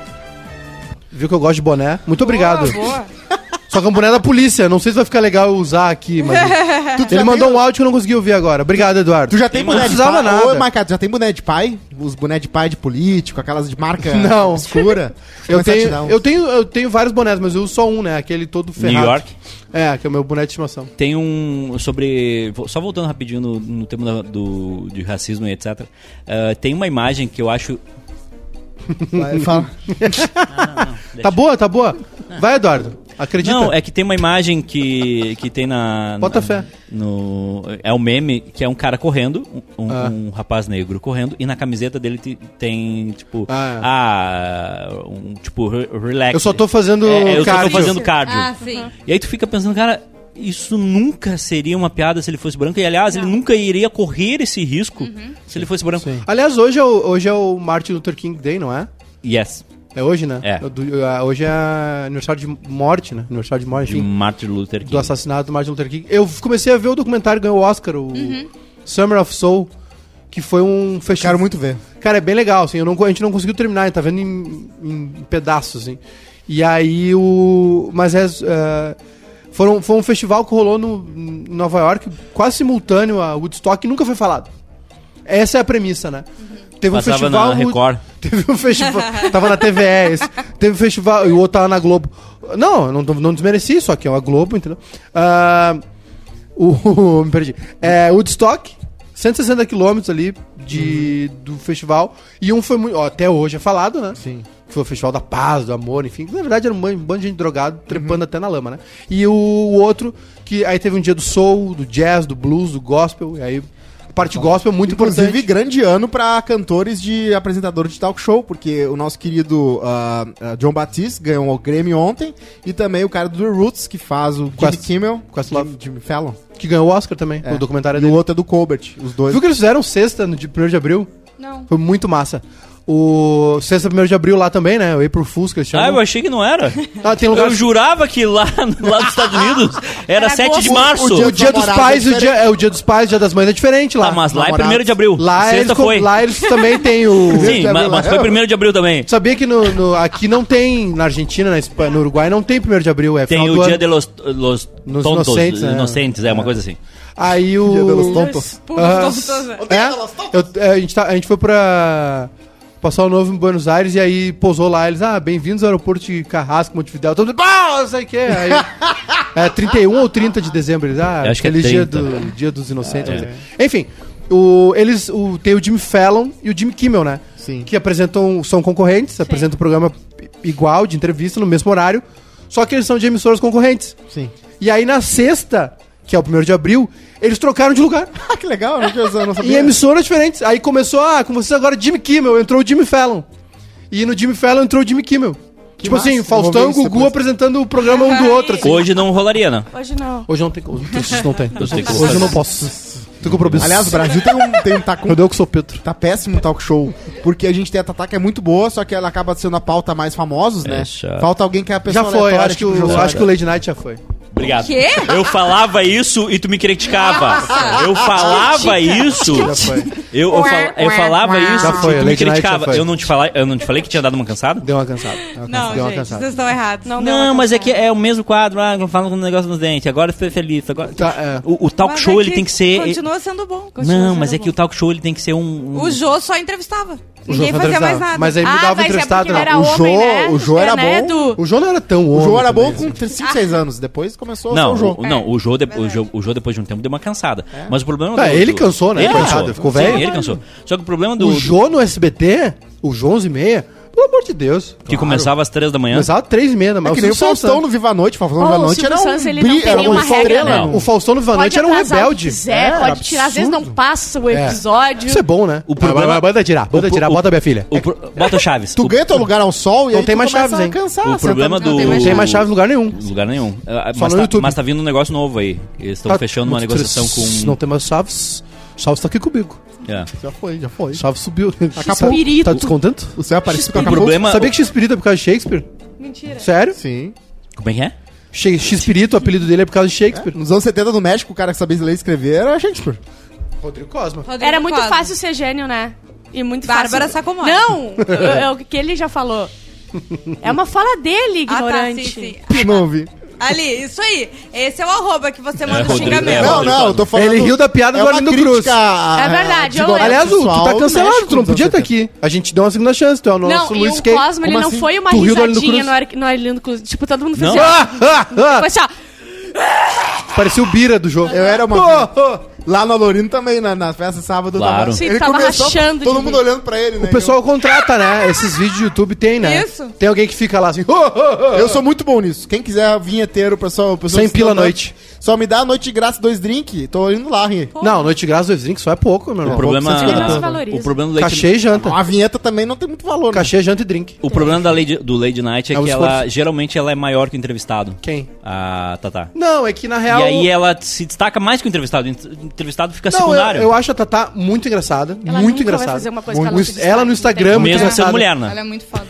C: Viu que eu gosto de boné? Muito obrigado.
E: Ah, Boa, boa.
C: Só que é um boné da polícia. Não sei se vai ficar legal usar aqui, mas. Ele mandou um áudio que eu não consegui ouvir agora. Obrigado, Eduardo.
D: Tu já tem
C: Não
D: boné de
C: precisava
D: pai?
C: nada.
D: Ô, Marcado, tu já tem boné de pai? Os boné de pai de político, aquelas de marca
C: Não.
D: escura?
C: Eu
D: Começa a te dar
C: tenho,
D: um-
C: eu, tenho, eu tenho vários bonés, mas eu uso só um, né? Aquele todo ferrado.
B: York?
C: É, que é o meu boné de estimação.
B: Tem um sobre. vo- Só voltando rapidinho no, no tema da- do, de racismo e etc. eh, tem uma imagem que eu acho.
D: Vai, fala. Ah,
C: Tá boa, tá boa? Vai, Eduardo. Acredita.
B: Não, é que tem uma imagem que, que tem na.
C: Bota
B: na-
C: fé.
B: No, é um meme que é um cara correndo, um, um-
C: Ah.
B: um rapaz negro correndo, e na camiseta dele te- tem, tipo. Ah, um, tipo, re- relax.
C: é. Eu só tô fazendo
B: É, eu só
C: cardio.
B: tô fazendo cardio.
E: Ah, sim.
B: E aí tu fica pensando, cara, isso nunca seria uma piada se ele fosse branco. E aliás, ele nunca iria correr esse risco se ele fosse branco.
C: Aliás, hoje é, o, hoje é o Martin Luther King Day, não é?
B: Yes.
C: É hoje, né?
B: É.
C: do- é, Hoje é aniversário de morte, né? Aniversário de morte,
B: De
C: enfim.
B: Martin Luther King.
C: do assassinato do Martin Luther King. Eu comecei a ver o documentário, ganhou o Oscar, o
B: Uhum.
C: Summer of Soul, que foi um festival.
D: Quero muito ver.
C: Cara, é bem legal, assim. eu não co- a gente não conseguiu terminar, a gente tá vendo em, em pedaços, assim. E aí o. Mas é. é, foram, foi um festival que rolou no, em Nova York, quase simultâneo a Woodstock, e nunca foi falado. Essa é a premissa, né? Teve
B: Passava na
C: Wood-
B: Record.
C: Teve um festival. tava na TVE esse. Teve um festival. E o outro tava na Globo. Não, eu não, tô- não desmereci, só que é uma Globo, entendeu? Ah, o, me perdi. É, Woodstock, 160 quilômetros ali de, do festival. E um foi muito. ó, até hoje é falado, né?
D: Sim.
C: Que foi o Festival da Paz, do Amor, enfim. que Na verdade, era um ban- bando de gente drogado, trepando até na lama, né? E o, outro, que aí teve um dia do soul, do jazz, do blues, do gospel. E aí, a parte gospel é muito
D: Inclusive,
C: importante.
D: grande ano pra cantores de apresentador de talk show, porque o nosso querido ah, ah, John Batiste ganhou o Grêmio ontem, e também o cara do The Roots, que faz o Jimmy
C: Quest-
D: Kimmel,
C: Questlove.
D: Jimmy, Jimmy Fallon,
C: Que ganhou o Oscar também,
D: É.
C: o documentário
D: e o outro é do Colbert, os dois.
C: Viu que eles fizeram sexta no dia 1 de abril?
E: Não.
C: Foi muito massa. O sexta 1 de abril lá também, né? O April Fools que eles
B: Ah,
C: chamam.
B: eu achei que não era.
C: Ah, tem lugar...
B: Eu jurava que lá, lá dos Estados Unidos era, 7 de março.
C: O dia, o dia dos
D: Namorado
C: pais,
D: é
C: o dia, é, o dia dos pais, o dia das mães é diferente lá.
B: Ah, mas lá
D: namorado.
B: é 1 de abril.
C: lá,
B: Sexta
C: eles, co-
B: foi.
C: lá eles também têm o...
B: Sim,
D: Sexta
B: ma-
D: é
B: mas,
D: lá.
B: foi 1 de abril também.
C: Sabia que no, no- aqui não tem, na Argentina, na Espanha, no Uruguai, não tem 1 de abril, é
B: Tem
C: final
B: o
C: do
B: dia
C: ano.
B: de los, los
C: Nos
B: tontos,
C: inocentes,
B: inocentes,
C: né?
B: é uma coisa assim.
C: Aí o...
D: Dia de los Tontos.
E: Pulos
C: Ah,
E: tontos, né?
C: É, eu- é, a, gente tá- a gente foi pra passar o novo em Buenos Aires e aí pousou lá. Eles, ah, bem-vindos ao aeroporto de Carrasco, Montevidéu. Todo mundo, pau, não sei o quê. Aí, é 31 ou 30 de dezembro. Eles, ah,
B: Eu acho que é
C: aquele dia,
B: 30.
C: do, dia dos inocentes. não sei. Enfim, o, eles, o, tem o Jimmy Fallon e o Jimmy Kimmel, né?
D: Sim.
C: Que apresentam, são concorrentes, apresentam um programa igual, de entrevista, no mesmo horário. Só que eles são de emissoras concorrentes.
D: Sim.
C: E aí na sexta, que é o primeiro de abril, eles trocaram de lugar.
D: Ah, que legal, eu não, tinha- eu não sabia.
C: Em emissoras diferentes. Aí começou, ah, com vocês agora Jimmy Kimmel, entrou o Jimmy Fallon. E no Jimmy Fallon entrou o Jimmy Kimmel. tipo
D: massa,
C: assim,
D: eu vou
C: Faustão
D: ver
C: e
D: isso
C: Gugu
D: depois.
C: apresentando o programa um do outro, assim.
B: Hoje não rolaria, né?
A: Hoje não.
C: Hoje não tem como. Hoje não tem.
B: Hoje tem como
C: Hoje eu não
B: fazer.
C: posso. Tem compromisso.
D: Aliás, o Brasil tem um, tem um tá com
C: eu dei o que sou Pedro.
D: Tá péssimo o talk show. Porque a gente tem a Tatá que é muito boa, só que ela acaba sendo a pauta mais famosos, né?
B: É chato.
D: Falta alguém que é a
C: Já
D: pessoa
C: foi,
D: aleatória,
C: acho que,
D: tipo
C: o,
D: Jô
C: acho que o Lady Night já foi.
B: Obrigado.
E: Quê?
B: Eu falava isso e tu me criticava. Eu falava isso.
C: Já foi.
B: Eu, eu, fal- eu falava isso
C: Já
B: e
C: foi,
B: tu me
C: Lady Night já
B: criticava.
C: foi.
B: Eu não, te falei, eu não te falei que tinha dado uma cansada?
C: Deu uma cansada. Deu uma
E: Não,
C: cansada, deu uma
E: gente,
C: cansada.
E: vocês estão errados. Não,
A: deu
B: Não,
A: uma
B: mas é que
A: cansada.
B: é o mesmo quadro, ah, fala com um negócio nos dentes, agora foi feliz, agora...
C: Tá, é.
B: o, o talk
E: Mas
B: show,
E: é
B: ele tem que ser...
E: Continua sendo bom. continua
B: Não,
E: sendo
B: mas é que
E: bom.
B: o talk show, ele tem que ser um... um-
E: O Jô só entrevistava.
C: O Jô
E: Ninguém
C: só
E: fazia mais
C: entrevistava.
E: nada.
C: Mas aí
A: Ah,
C: mudava o
A: mas é
C: entrevistado.
A: porque ele
C: né?
A: era
D: O
A: homem,
D: Jô-
A: né?
D: o Jô era bom.
A: Edu?
C: O João não era tão
D: O
C: homem.
D: Jô era bom
C: também,
D: com 5,
A: Ah.
D: 6 anos. Depois começou
B: Não,
D: a ser o
B: o,
D: Jô.
B: não, o Jô, de- o Jô- o Jô, depois de um tempo deu uma cansada. Mas o problema
C: Ah,
B: do-
C: ele
B: do-
C: cansou, né?
B: Ele
C: Coitado,
B: cansou.
C: ficou velho.
B: Sim, ele cansou. Só que o problema do
C: O Jô no SBT, o Jô 11 e meia, pô, pelo amor de Deus.
B: Que começava às três da manhã.
C: Começava às três e meia da manhã.
D: É que nem o
C: Silvio
D: Faustão
C: Santos-
D: no Viva a Noite, o Faustão no
A: Oh,
D: Viva a
A: o
D: Noite
A: Silvio
D: era um
A: Santos, ele não
D: bri-
A: tem
D: era
A: nenhuma
D: uma
A: regra, né?
D: estrela.
B: não.
C: O Faustão no Viva a Noite era um
A: atrasar o que
C: rebelde.
A: Quiser,
D: É,
A: pode
D: era
A: tirar, às vezes
D: absurdo.
A: não passa o
C: É.
A: episódio.
C: Isso é bom, né?
B: O programa-
C: Mas- mas Manda tirar,
B: O
C: manda
B: pro-
C: tirar.
B: o-
C: Bota, minha filha. É
B: o pro- Bota o Chaves.
D: Tu
B: O-
D: ganha teu lugar ao sol e
C: Não
D: aí
C: tem
D: tu
C: mais
D: começa
C: Chaves,
D: a
C: hein?
D: cansar,
B: O
D: sentar
B: problema
D: no-
B: do-
D: Não tem
C: Não
D: mais
C: tem mais chave em lugar nenhum.
B: Lugar nenhum. Ah,
C: Só
B: Mas
C: no
B: tá,
C: YouTube.
B: mas tá vindo um negócio novo aí. Eles estão
C: Tá-
B: fechando uma
C: Muito
B: negociação
C: triste. Não
B: com.
C: tem mais chaves. Chaves tá aqui comigo.
B: É.
D: Já foi, já foi.
C: Chaves subiu.
D: Acabou.
A: Espírito.
C: Tá descontente?
D: O céu apareceu com
B: O
D: a
B: problema.
C: Sabia que X-Pirito é por causa de Shakespeare?
A: Mentira.
C: Sério?
D: Sim.
B: Como é que é?
C: Che- X-Pirito, o apelido dele é por causa de Shakespeare.
D: Nos anos 70 no México, o cara que sabia ler e escrever era Shakespeare. É,
C: Rodrigo Cosma.
E: Rodrigo
A: Era muito
E: Cosma.
A: fácil ser gênio, né? E muito
E: Bárbara
A: fácil.
E: Sacomori. Ah,
A: Não! é o que ele já falou. É uma fala dele,
E: Ah, tá,
A: ignorante.
E: sim, sim.
D: Eu não ouvi.
E: Ali, isso aí. Esse é o arroba que você manda o
B: Rodrigo,
E: xingamento.
B: é,
D: não,
B: Rodrigo
D: não,
B: Cosma.
D: eu tô falando. é
C: Ele riu da piada do
D: uma
C: Arlindo
D: crítica
C: Cruz.
D: à-
A: É verdade, eu
D: à-
A: lembro.
C: Aliás, o, tu tá cancelado,
D: sexual né, México
C: tu não
D: nos
C: podia
D: anos
C: estar aqui. A gente deu uma segunda chance, tu é o nosso
A: Não, e
C: Luiz
A: o
C: Cage.
A: Cosmo, ele
D: Como
A: não
D: assim?
A: foi uma
C: Tu riu do Arlindo
A: risadinha
C: Cruz?
A: no, Ar- no Arlindo Cruz. Tipo, todo mundo fez assim,
B: Não.
A: ó.
C: Ah, ah, ah.
A: Foi assim, ó.
C: Parecia o Bira do jogo.
D: Eu era uma-
C: Oh, oh.
D: Lá no Alorino também, na, na festa sábado. eu
B: Claro.
A: Sim, tava rachando
D: Todo
A: de
D: mundo
A: rir.
D: olhando pra ele, né?
C: oh. O pessoal contrata, né? Esses vídeos de YouTube tem, né?
E: Isso.
C: Tem alguém que fica lá assim. oh, oh, oh.
D: Eu, eu sou muito bom nisso. Quem quiser vinheteiro, pessoal. pessoal
C: Sem
D: de
C: pila à
D: stand-up,
C: noite.
D: Só me dá a noite de graça, dois drink. Tô indo lá, rir.
C: Não, noite de graça, dois drinks só é pouco, meu irmão.
B: O problema.
A: Ele não se valoriza.
B: O problema do leite.
C: Cachê e janta.
D: A vinheta também não tem muito valor, né?
C: Cachê, janta e drink.
B: O problema da Lady, do Lady Night é,
C: É o
B: que ela
C: esforço.
B: geralmente ela é maior que o entrevistado.
C: Quem?
B: A Tatá.
C: Não, é que na real.
B: E aí ela se destaca mais que o entrevistado. O ent- entrevistado fica
C: Não, eu,
B: secundário.
C: eu acho a Tatá muito engraçada.
A: Ela nunca
C: muito
A: vai
C: engraçada.
A: fazer uma coisa que
C: Muito.
A: ela não se
C: ela no
A: destaca,
C: Instagram, é
A: não
C: muito
A: tem.
B: Mesmo sendo
C: engraçada.
B: mulher,
E: Ela
B: né?
E: é muito foda.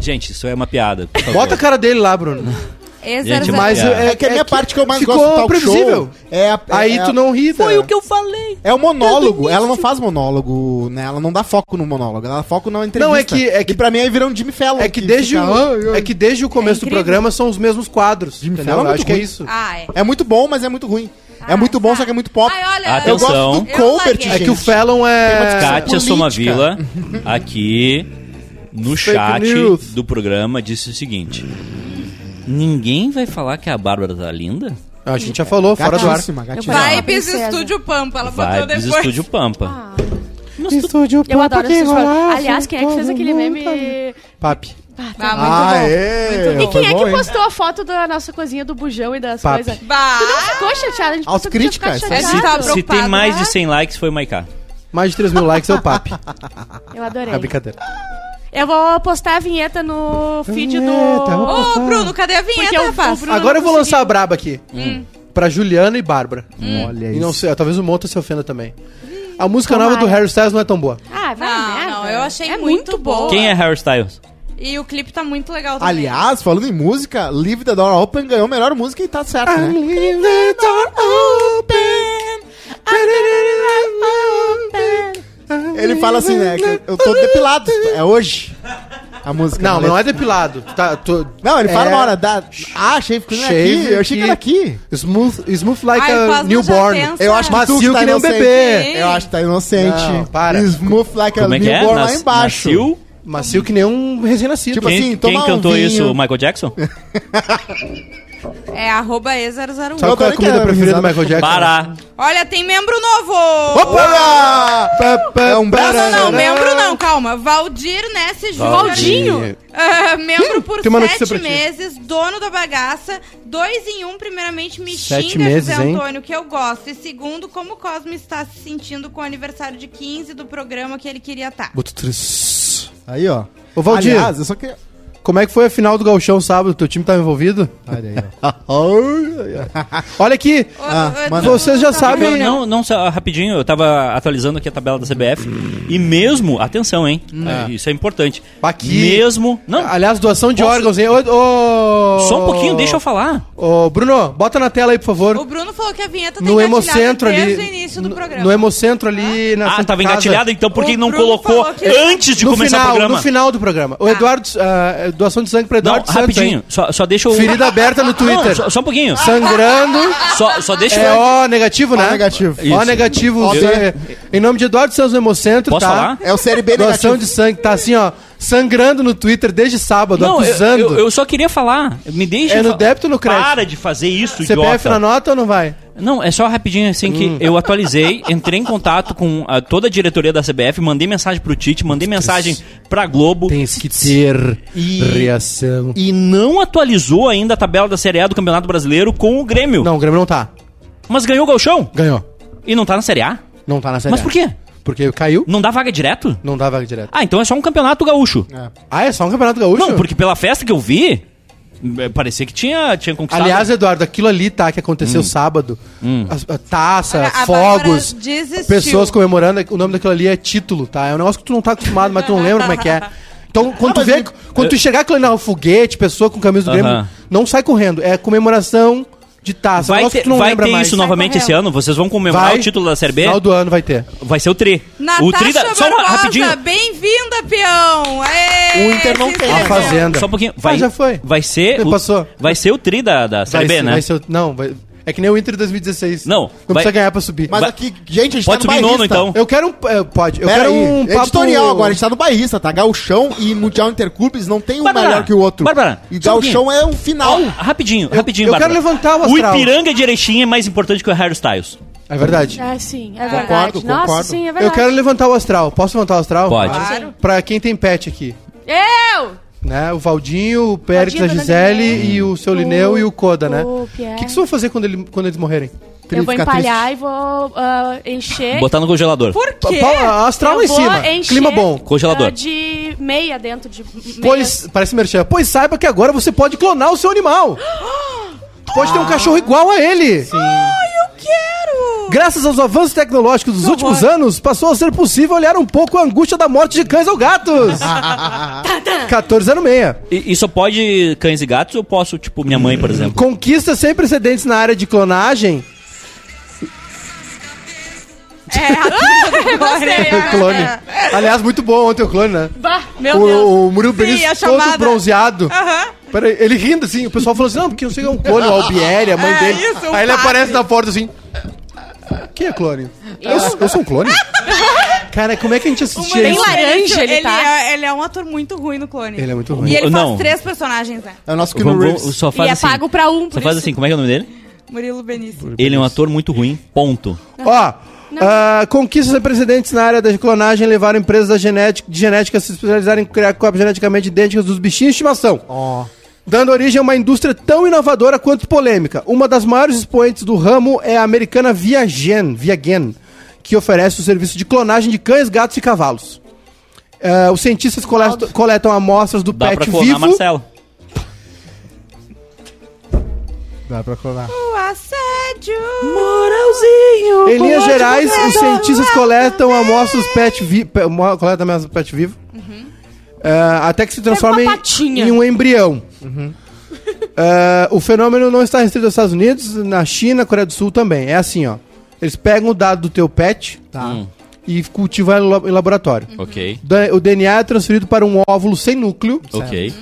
B: Gente, isso é uma piada. por favor.
C: Bota a cara dele lá, Bruno.
E: Esse
B: Gente,
E: era
C: Mas
B: É.
C: é,
D: É que a minha parte que eu mais
C: ficou
D: gosto do talk
C: previsível.
D: show é a-
C: Aí
D: é a-
C: tu não ri. né? Foi o que eu
D: É o monólogo. Ela não faz monólogo, né? Ela não dá foco no monólogo. Ela dá foco na entrevista.
C: Não, é que- é que-
D: E pra mim aí virou um Jimmy Fallon.
C: é que desde
D: fica, "Ai,
C: o,
D: ai".
C: é que desde o começo do
E: incrível.
C: programa são os mesmos quadros.
D: Jimmy
C: entendeu?
D: Fallon é
C: Eu
D: muito
C: acho que é
D: ruim.
C: isso.
E: Ah, é.
D: É muito bom, mas é muito ruim. é muito bom, só que é muito pop.
E: Ai, olha,
B: Atenção.
D: Eu gosto do
E: Eu
D: Colbert,
E: larguei.
C: É que o
D: Ah, gente.
C: Fallon
D: Tem uma
C: é
D: discussão
B: Kátia
D: política.
B: Somavila, aqui no chat
C: news.
B: do programa, disse o seguinte: Ninguém vai falar que a Bárbara tá linda?
C: A gente já falou, fora do ar.
D: Gatíssima, gatíssima.
A: Eu falei-
E: Vibes
A: Princesa.
E: Estúdio Pampa, ela botou
B: Vibes
E: depois. Ah.
B: Estúdio Pampa.
C: Estúdio
A: Eu adoro
C: Papi
A: esses
C: Rolava,
A: jogos. Aliás, quem é que fez aquele
C: todo
A: meme...
C: mundo tá ali. Papi.
E: Ah, muito
D: Ah,
E: bom.
D: é.
A: E
D: Foi
A: quem é
D: bom,
A: que
D: hein?
A: postou a foto da nossa cozinha do bujão e das
C: Papi.
A: coisas?
E: Bah.
A: Tu não ficou chateado? A gente
D: Aos
A: pensou que tinha
D: críticas,
A: ficado
E: essa
B: Se,
E: Tá
A: chateado.
B: se tem
E: preocupado,
B: mais
E: né?
B: de 100 likes, foi Maiká.
C: Mais de 3 mil likes é o Papi.
A: Eu adorei.
C: É brincadeira.
A: Eu vou postar a vinheta no feed
C: Vinheta,
A: do...
C: vamos
E: Ô, Bruno, cadê a
A: Porque é
E: vinheta,
A: o- o
E: rapaz?
A: Bruno
C: Agora eu
A: não Hum.
C: vou
A: conseguiu.
C: lançar a braba aqui. Hum. Pra Juliana e Bárbara.
D: Olha
C: E não
D: isso.
C: sei, talvez o Monta se ofenda também. A música
A: Tomara.
C: nova do Harry Styles não é tão boa.
A: Ah, vai
E: Não,
A: merda.
E: não, eu achei
A: é
E: muito
A: muito boa.
E: boa.
B: Quem é Harry Styles?
E: E o clipe tá muito legal também.
D: Aliás, falando em música, Live the Door Open ganhou a melhor música e tá certo, né?
C: Leave the door open.
D: Ele fala assim, né? que eu tô depilado. É hoje. A música.
C: Não,
D: né?
C: não é depilado. Tá, tô-
D: Não, ele fala
C: É.
D: uma hora. Da... Ah, achei que era aqui.
C: Shave
D: Eu achei que
C: que-
D: era aqui.
C: Smooth, smooth like
E: Ai,
C: a
E: Cosmo já
C: newborn.
E: pensa.
D: Eu acho que tu
C: Macio
D: que tá
C: que nem um
D: inocente.
C: bebê.
D: Eu acho que tá inocente.
C: Não, para.
D: Smooth like
B: Como
D: a
B: é que é?
D: newborn lá
B: Nas-
D: embaixo.
B: nasceu?
C: Macio que nem um recém-nascido.
D: Tipo
B: Quem,
D: assim,
B: quem
D: tomar um
B: cantou
D: vinho.
B: isso? O Michael Jackson?
E: É arroba E001.
C: Sabe
D: Eu
C: qual é
D: adorei
C: a comida
D: que ela
C: preferida
D: risada
C: do Michael
D: ficou
C: Jackson?
B: Pará.
E: Olha, tem membro novo!
D: Opa! É um
E: Não, não,
D: Pará.
E: não, membro não, calma. Valdir Nesse Júnior.
A: Valdinho.
E: Ah, membro por
C: tem uma notícia
E: sete
C: pra ti.
E: meses, dono da bagaça. Dois em um, primeiramente, me
C: Sete
E: xinga,
C: meses,
E: José
C: hein?
E: Antônio, que eu gosto. E segundo, como o Cosmo está se sentindo com o aniversário de 15 do programa que ele queria tá. estar.
C: Bututris.
D: Aí, ó.
C: Ô, Valdir.
D: Aliás, eu só queria...
C: Como é que foi a final do Galchão sábado? Teu time tava envolvido?
D: Olha aí, ó.
C: Olha aqui,
E: Ô,
D: Ah,
E: ô,
D: manda.
E: ô,
C: vocês já
E: ô,
C: sabem.
B: Não, não, só rapidinho, eu tava atualizando aqui a tabela da CBF. E mesmo, atenção, hein?
C: Hum.
B: Ah, Isso é importante.
C: Aqui.
B: Mesmo. Não,
C: Aliás, doação de
B: Posso?
C: órgãos, hein? Ô, ô-
B: só um pouquinho, deixa eu falar.
C: Ô, Bruno, bota na tela aí, por favor.
E: O Bruno falou que a vinheta tem
C: no
E: engatilhada
C: Hemocentro
E: desde
C: ali.
E: o início do
C: no,
E: programa.
C: no Hemocentro ali na
B: Ah,
C: Santa
B: tava
C: tá Casa.
B: engatilhado, então por que
E: O
B: não
E: Bruno
B: colocou
E: falou que-
B: antes de
C: no
B: começar
C: final,
B: o programa?
C: No final do programa.
E: Tá.
C: O Eduardo. ah, doação de sangue pra
B: Não,
C: Eduardo Santos,
B: rapidinho,
C: hein?
B: só, só deixa eu.
C: Ferida aberta no
B: Não,
C: Twitter.
B: só, só um pouquinho.
C: Sangrando.
B: Só, só deixa
C: É
B: eu.
C: O negativo, né?
D: Ó negativo.
C: Ó
B: Isso.
C: negativo.
D: Ó,
C: você- Em nome de Eduardo Santos no Hemocentro,
B: Posso
C: tá?
B: falar?
D: É o Série B
C: Doação
D: negativo.
C: de sangue tá assim, ó. sangrando no Twitter desde sábado,
B: Não, eu,
C: acusando.
B: eu- eu só queria falar. Me deixa.
C: É no
B: fa-
C: débito ou no crédito?
B: Para de fazer isso,
C: CPF
B: idiota.
C: na nota ou não vai?
B: Não, é só rapidinho assim que
C: Hum.
B: eu atualizei, entrei em contato com a- toda a diretoria da CBF, mandei mensagem pro Tite, mandei mensagem pra Globo.
C: Tens que ter
B: E-
C: reação.
B: E não atualizou ainda a tabela da Série A do Campeonato Brasileiro com o Grêmio.
C: Não, o Grêmio não tá.
B: Mas ganhou o Galchão
C: Ganhou.
B: e não tá na Série A.
C: Não tá na série.
B: Mas
C: A.
B: por quê?
C: Porque caiu,
B: Não dá vaga direto?
C: não dá vaga direta.
B: Ah, então é só um campeonato gaúcho.
C: Ah, é só um campeonato gaúcho?
B: Não, porque pela festa que eu vi, eh, parecia que tinha, tinha conquistado.
C: Aliás, é Eduardo, aquilo ali, tá, que aconteceu
B: Hum.
C: sábado, as- a, taça,
E: Olha, a
C: fogos,
E: Bárbara desistiu.
C: pessoas comemorando, o nome daquilo ali é título, tá? É um negócio que tu não tá acostumado, mas tu não lembra como é que é. Então,
B: Ah,
C: quando tu vê, quando tu chegar aquilo ali na foguete, pessoa com camisa do
B: Aham.
C: Grêmio, não sai correndo, é comemoração de taça, é um
B: vai
C: negócio
B: ter,
C: que tu não
B: vai
C: lembra
B: ter
C: mais.
B: isso novamente esse ano? Vocês vão comemorar
C: Vai,
B: o título da Série B?
C: Final do ano vai ter.
B: Vai ser o tri.
E: Natasha
B: o tri da... Só uma-
E: Barbosa,
B: rapidinho.
E: bem-vinda, peão! Aê,
D: O Inter não
E: se
D: tem.
E: inscreveu.
C: A Fazenda.
B: Só um pouquinho. Vai,
C: É, Ah, já foi.
B: Vai ser.
C: Já
B: o,
C: passou.
B: Vai ser o tri da, da Série B,
C: ser-
B: né?
C: vai ser o- não, vai- é que nem o Inter 2016.
B: Não,
C: Não
B: vai-
C: precisa ganhar pra subir.
D: Mas
B: Vai-
D: aqui, gente, a gente
B: Pode
D: tá
B: subir
D: no
B: nono,
D: bairrista.
B: então.
C: Eu quero um... é, Pode, eu
D: Pera
C: quero
D: aí,
C: um papo...
D: editorial agora, a gente tá no bairrista, tá? Gauchão e Mundial Interclubes não tem um
B: Bárbara,
D: melhor que o outro.
B: Bárbara,
D: E
B: só um pouquinho.
D: Gauchão é um final.
B: Ó, rapidinho, rapidinho,
C: eu
B: Bárbara.
C: quero levantar o
B: O
C: astral.
B: Ipiranga de Erechim é mais importante que o Harry Styles.
C: É verdade.
A: É, sim, é verdade.
D: Concordo,
A: Nossa,
D: concordo.
A: sim, é
C: Eu
A: verdade.
C: quero levantar o astral. Posso levantar o astral?
B: Pode.
E: Claro.
C: Pra quem tem pet aqui.
A: Eu!
C: Né? O Valdinho, o Péricles, a
A: Valdinho,
C: Gisele
A: Dona
C: e o seu Lineu e o Koda, né?
A: o
C: O
A: Pierre.
C: que, que vocês vão fazer quando, ele- quando eles morrerem?
A: Eu vou empalhar e vou ah,
C: É.
A: encher.
B: Botar no congelador.
E: Por
C: Pa-
E: quê?
C: pa- astral
A: Eu
C: lá em
A: vou
C: cima.
A: encher,
C: Clima bom.
B: Congelador.
A: ah, de meia dentro de. meia.
C: Pois, parece merchan. Pois saiba que agora você pode clonar o seu animal. Tu Pode ter um cachorro igual a ele.
E: Eu quero!
C: Graças aos avanços tecnológicos dos últimos anos, passou a ser possível olhar um pouco a angústia da morte de cães ou gatos. 1406.
B: E, e só pode cães e gatos ou posso, tipo, minha mãe, por exemplo?
C: Conquistas sem precedentes na área de clonagem.
E: É, Eu gostei, é.
C: O clone. Aliás, muito bom ontem o clone, né?
A: Bah, meu Deus.
C: O, o Murilo
E: Sim, a
C: Benício
E: chamada. Ah.
C: todo bronzeado.
E: Aham.
C: Peraí, ele rindo assim, o pessoal falou assim: não, porque eu sei que é um clone, o Albieri, a mãe
E: É,
C: dele.
E: isso, o
C: Aí ele
E: padre.
C: aparece na porta assim. Quem é clone? Eu, sou- eu sou um clone? Cara, como é que a gente assistia
A: Bem
C: isso?
A: lá- laranja ele
E: ele
A: tá.
E: é, ele é um ator muito ruim no clone.
C: Ele é muito ruim.
E: E ele
B: Não.
E: faz três personagens, né?
D: É o nosso Keanu
B: Vamos-
D: Reeves.
B: vamos- só faz
A: e
B: assim.
A: é pago pra um,
B: Só
A: por
B: faz
A: isso.
B: assim, como é que é o nome dele?
E: Murilo Benício.
B: Ele é um ator muito ruim, ponto.
C: Ó, ah, conquistas sem precedentes na área da clonagem levaram empresas da genética, de genética a se especializarem em criar cópias geneticamente idênticas dos bichinhos de estimação.
D: Ó.
C: dando origem a uma indústria tão inovadora quanto polêmica. Uma das maiores expoentes do ramo é a americana Viagen, Viagen que oferece o serviço de clonagem de cães, gatos e cavalos. Eh, os cientistas coletam, coletam amostras do
B: Dá pra
C: pet
B: clonar
C: vivo.
B: Marcelo.
D: Dá pra clonar.
E: O assédio!
B: Moralzinho!
C: Em linhas gerais, os
A: Ah.
C: cientistas coletam amostras pet vivo, coletam amostras pet vivo, eh, até que se transformem
A: Uhum. uma patinha.
C: em um embrião. Eh, o fenômeno não está restrito aos Estados Unidos, na China, Coreia do Sul também. É assim, ó. Eles pegam o dado do teu pet Hum.
D: Tá.
C: e cultivam em lab- em laboratório.
B: Ok,
C: Da- O DNA é transferido para um óvulo sem núcleo.
B: ok,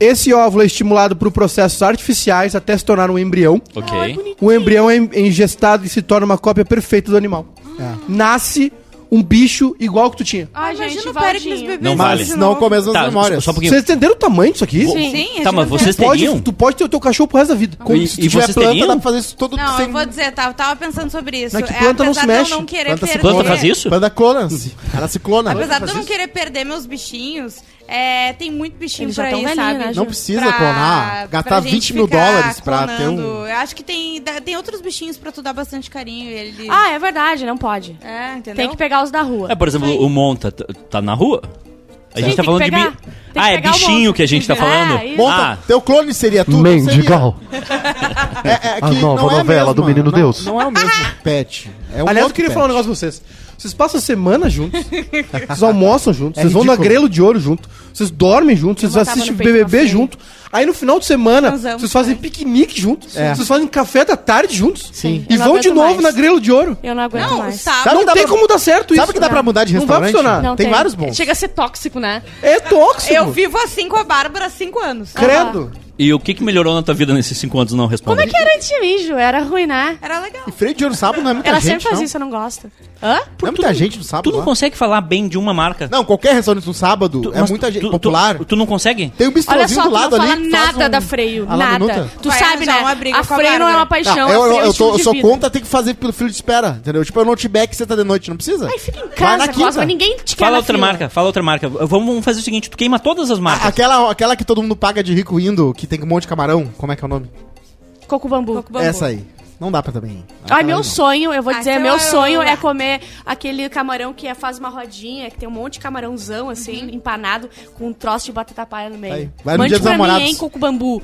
C: Esse óvulo é estimulado por processos artificiais até se tornar um embrião.
A: Ai,
B: ok.
A: bonitinho.
C: O embrião é in- é ingestado e se torna uma cópia perfeita do animal.
A: É.
C: Nasce um bicho igual que tu tinha.
A: Ai, gente,
E: Imagina o Péricles
A: Valdinho.
E: bebendo
B: Não vale.
D: Mas não com as mesmas
B: Tá,
D: memórias.
B: só um pouquinho.
C: Vocês entenderam o tamanho disso aqui?
E: Sim, é
B: tá, mas
E: gigantesco.
B: vocês teriam?
C: Pode, tu pode ter o teu cachorro pro resto da vida.
B: E-
D: Se tu
B: e
D: tiver
B: vocês
D: planta,
B: teriam?
D: dá pra fazer isso todo
E: Não,
D: sem...
E: eu vou dizer, tava, tava pensando sobre isso.
C: Mas que
E: É,
C: planta não se
E: apesar de
C: mexe?
E: eu não querer
D: Planta se
E: perder.
B: Planta faz isso?
D: Planta clona-se. Ela se clona.
E: Apesar de eu não querer perder meus bichinhos, é, tem muito bichinho
A: Eles
E: por
A: já tão
E: aí,
A: velhinhos,
E: sabe?
A: né,
D: Não
A: Ju?
D: precisa
E: Pra-
D: clonar.
E: pra
D: Gastar
E: gente
D: 20 mil
E: ficar
D: dólares pra ter
E: clonando.
D: um...
E: Eu acho que tem, dá- tem outros bichinhos pra tu dar bastante carinho. e Ele...
A: Ah, é verdade, não pode.
E: é, entendeu?
A: Tem que pegar os da rua.
B: É, por exemplo, o Monta t- tá na rua? A gente
A: Sim,
B: tá
A: tem
B: falando
A: que
B: de.
A: pegar.
B: bi-
A: Tem que
B: Ah, é
A: pegar o
B: bichinho
A: Monta.
B: que a gente tá
A: Ah,
B: falando?
A: isso.
D: Monta,
B: Ah,
D: teu clone seria tu? Não seria.
F: Mendigal.
D: É, é
F: A
D: que
F: nova
D: não é
F: novela
D: mesmo,
F: do Menino
D: não-
F: Deus.
D: Não é o mesmo pet. É um
C: Aliás, eu
D: outro
C: queria
D: pet.
C: falar um negócio pra vocês. Vocês passam a semana juntos, vocês almoçam juntos,
D: É
C: vocês vão na
D: ridículo.
C: grelo de ouro junto, vocês dormem juntos, vocês
A: botava
C: assistem
A: no peito pra
C: BBB
A: frente. é.
C: junto. Aí no final de semana,
E: Transamos
C: vocês fazem piquenique juntos, vocês fazem café da tarde juntos
A: Sim.
C: e
A: Eu não
C: vão de
A: aguento
C: novo
A: mais.
C: na grelo de ouro.
A: Eu não aguento
E: Não,
A: mais.
E: sabe?
D: Sabe
C: não
D: que dá
C: tem
D: pra-
C: como dar certo isso.
D: Sabe que dá pra mudar de
C: Não vai
D: restaurante?
C: funcionar.
A: Não
D: tem, vários bons.
A: Chega a ser tóxico, né?
C: É tóxico.
D: tipo-
E: Eu vivo assim com a Bárbara há cinco anos.
C: Credo.
B: E o que, que melhorou na tua vida nesses cinco anos? Não responde.
A: Como é que era antijo? Era arruinar.
E: Era né? legal.
D: E freio de ouro sábado não é muita
A: Ela
D: gente,
A: sempre faz
D: não.
A: isso, eu não gosto. Hã?
D: Não é muita gente no sábado
B: Tu não
D: lá.
B: consegue falar bem de uma marca.
D: Não, qualquer restaurante no sábado
B: Tu-
D: é
B: mas
D: muita
B: tu-
D: gente
B: tu-
D: popular.
B: Tu, tu não consegue?
D: Tem um
A: Olha
D: bistrozinho
A: só,
D: do
A: tu não
D: lado
A: fala
D: ali. que faz
A: nada
D: um-
A: da freio,
D: a
A: nada.
D: lá minuta.
A: Tu
E: Vai
A: sabe, né?
E: arranjar uma briga
A: a
E: com a
A: freio não é
E: Bárbara.
A: uma paixão,
D: Não,
A: a freio
D: eu,
A: é um
D: eu,
A: estilo
D: tô, eu
A: de
D: sou
A: vida.
D: contra ter que fazer pelo filho de espera, entendeu? Tipo, eu não te back, você tá de noite, não precisa.
A: Ai, fica em
D: Vai na
A: casa, Cosma,
D: quinta.
A: ninguém te quer
B: Fala
A: na
B: outra
A: fila.
B: marca, fala outra marca. Vamos, vamos fazer o seguinte, tu queima todas as marcas.
D: A- Aquela, aquela que todo mundo paga de rico indo, que tem um monte de camarão, como é que é o nome?
A: Coco bambu.
E: Coco bambu.
D: Essa aí. Não dá pra também.
A: Ai,
D: Aquela
A: meu
D: não.
A: sonho, eu vou
E: Ah,
A: dizer,
E: então
A: meu
E: eu-
A: sonho é comer aquele camarão que é- faz uma rodinha, que tem um monte de camarãozão, assim, empanado, com um troço de batata palha no meio.
D: Aí, vai no
A: Mande
D: Dia dos
A: pra mim,
D: Namorados.
A: hein, coco bambu.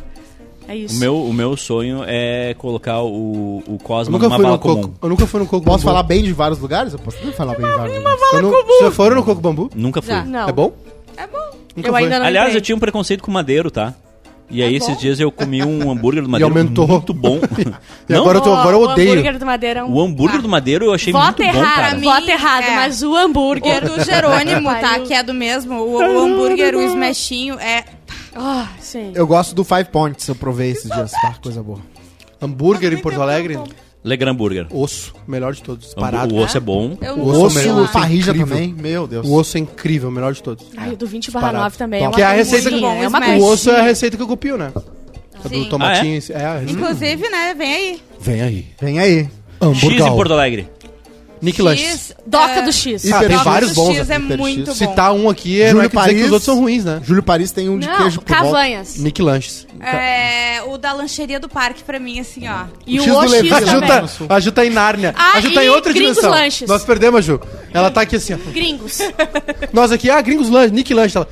A: É isso.
B: O meu, o meu sonho é colocar o, o
C: Eu
B: Cosmo
C: nunca
B: numa
C: fui
B: bala
C: no
B: comum.
C: coco. Eu nunca fui no coco
D: Posso falar
C: bambu.
D: bem de vários lugares? Eu posso falar bem de vários lugares.
C: Eu não- Vocês foram no coco bambu?
B: Nunca fui.
E: Já.
A: Não.
C: É bom?
E: É bom.
C: Nunca
A: eu
C: foi.
A: ainda não
B: Aliás,
A: entrei. É
B: eu tinha um preconceito com madeiro, tá? E aí, esses dias eu comi um hambúrguer do madeiro
C: aumentou.
B: muito bom.
C: E agora eu, tô,
A: Ó,
C: agora eu
A: O
C: odeio.
A: hambúrguer do Madeira é um...
B: O hambúrguer do madeiro eu achei muito
A: Voto
B: bom,
A: errado,
B: cara.
E: amigo.
A: voto errado,
E: É.
A: mas o hambúrguer...
E: O do Jerônimo, tá?
A: Pariu.
E: Que é do mesmo. O, o hambúrguer, o smashinho, é...
A: Ah, sim.
D: Eu gosto do Five Points, eu provei esses dias, tá? Coisa boa.
C: Hambúrguer em Porto Alegre?
B: Legrand Burger.
C: Osso. Melhor de todos. Parado. né?
B: O osso é bom.
E: Eu
C: O
E: não
C: osso
E: sei
C: mesmo,
E: lá.
C: o osso.
D: Parrija
C: incrível.
D: também. Meu Deus.
C: O osso é incrível, melhor de todos.
A: Ai, o do 20 barra
D: Disparado.
A: 9 também. É
D: Top.
A: uma
C: Que é a receita
A: coisinha,
E: que-
A: É uma
E: Os
C: O
E: Mas-
C: osso é a receita que eu copio, né? A
B: Ah,
E: Sim.
C: do tomatinho. é? a receita.
E: Inclusive, né, vem aí.
C: Vem aí.
D: Vem aí.
B: X em Porto
C: Hambúrguer.
B: Alegre.
C: Nick Lunch.
E: X,
A: Doca
E: é,
A: do X.
D: E
C: Ah, tem
E: Doca
C: vários
E: do
C: bons.
E: X
D: né?
E: é
D: Hiper X.
E: muito bom.
C: Citar um aqui é,
D: Júlio
C: não é que dizer que
D: Paris.
C: os outros são ruins, né?
D: Júlio Paris tem um de queijo
A: Não,
D: por volta.
A: Cavanhas.
C: Nick Lanches.
E: É, o da lancheria do parque, pra mim, assim, ó.
A: E
D: O
A: o
D: X do
A: OX
D: Levi-
A: também.
D: Ajuda-
C: Ajuda, ajuda tá em Nárnia.
A: né? Ah,
C: ajuda em
A: e
C: outra
A: Gringos
C: dimensão.
A: Lanches.
C: Nós perdemos a Ju. Ela tá aqui assim, ó.
A: Gringos.
C: Nós aqui, ah, Gringos Lanches, Nick Lanches. Ela,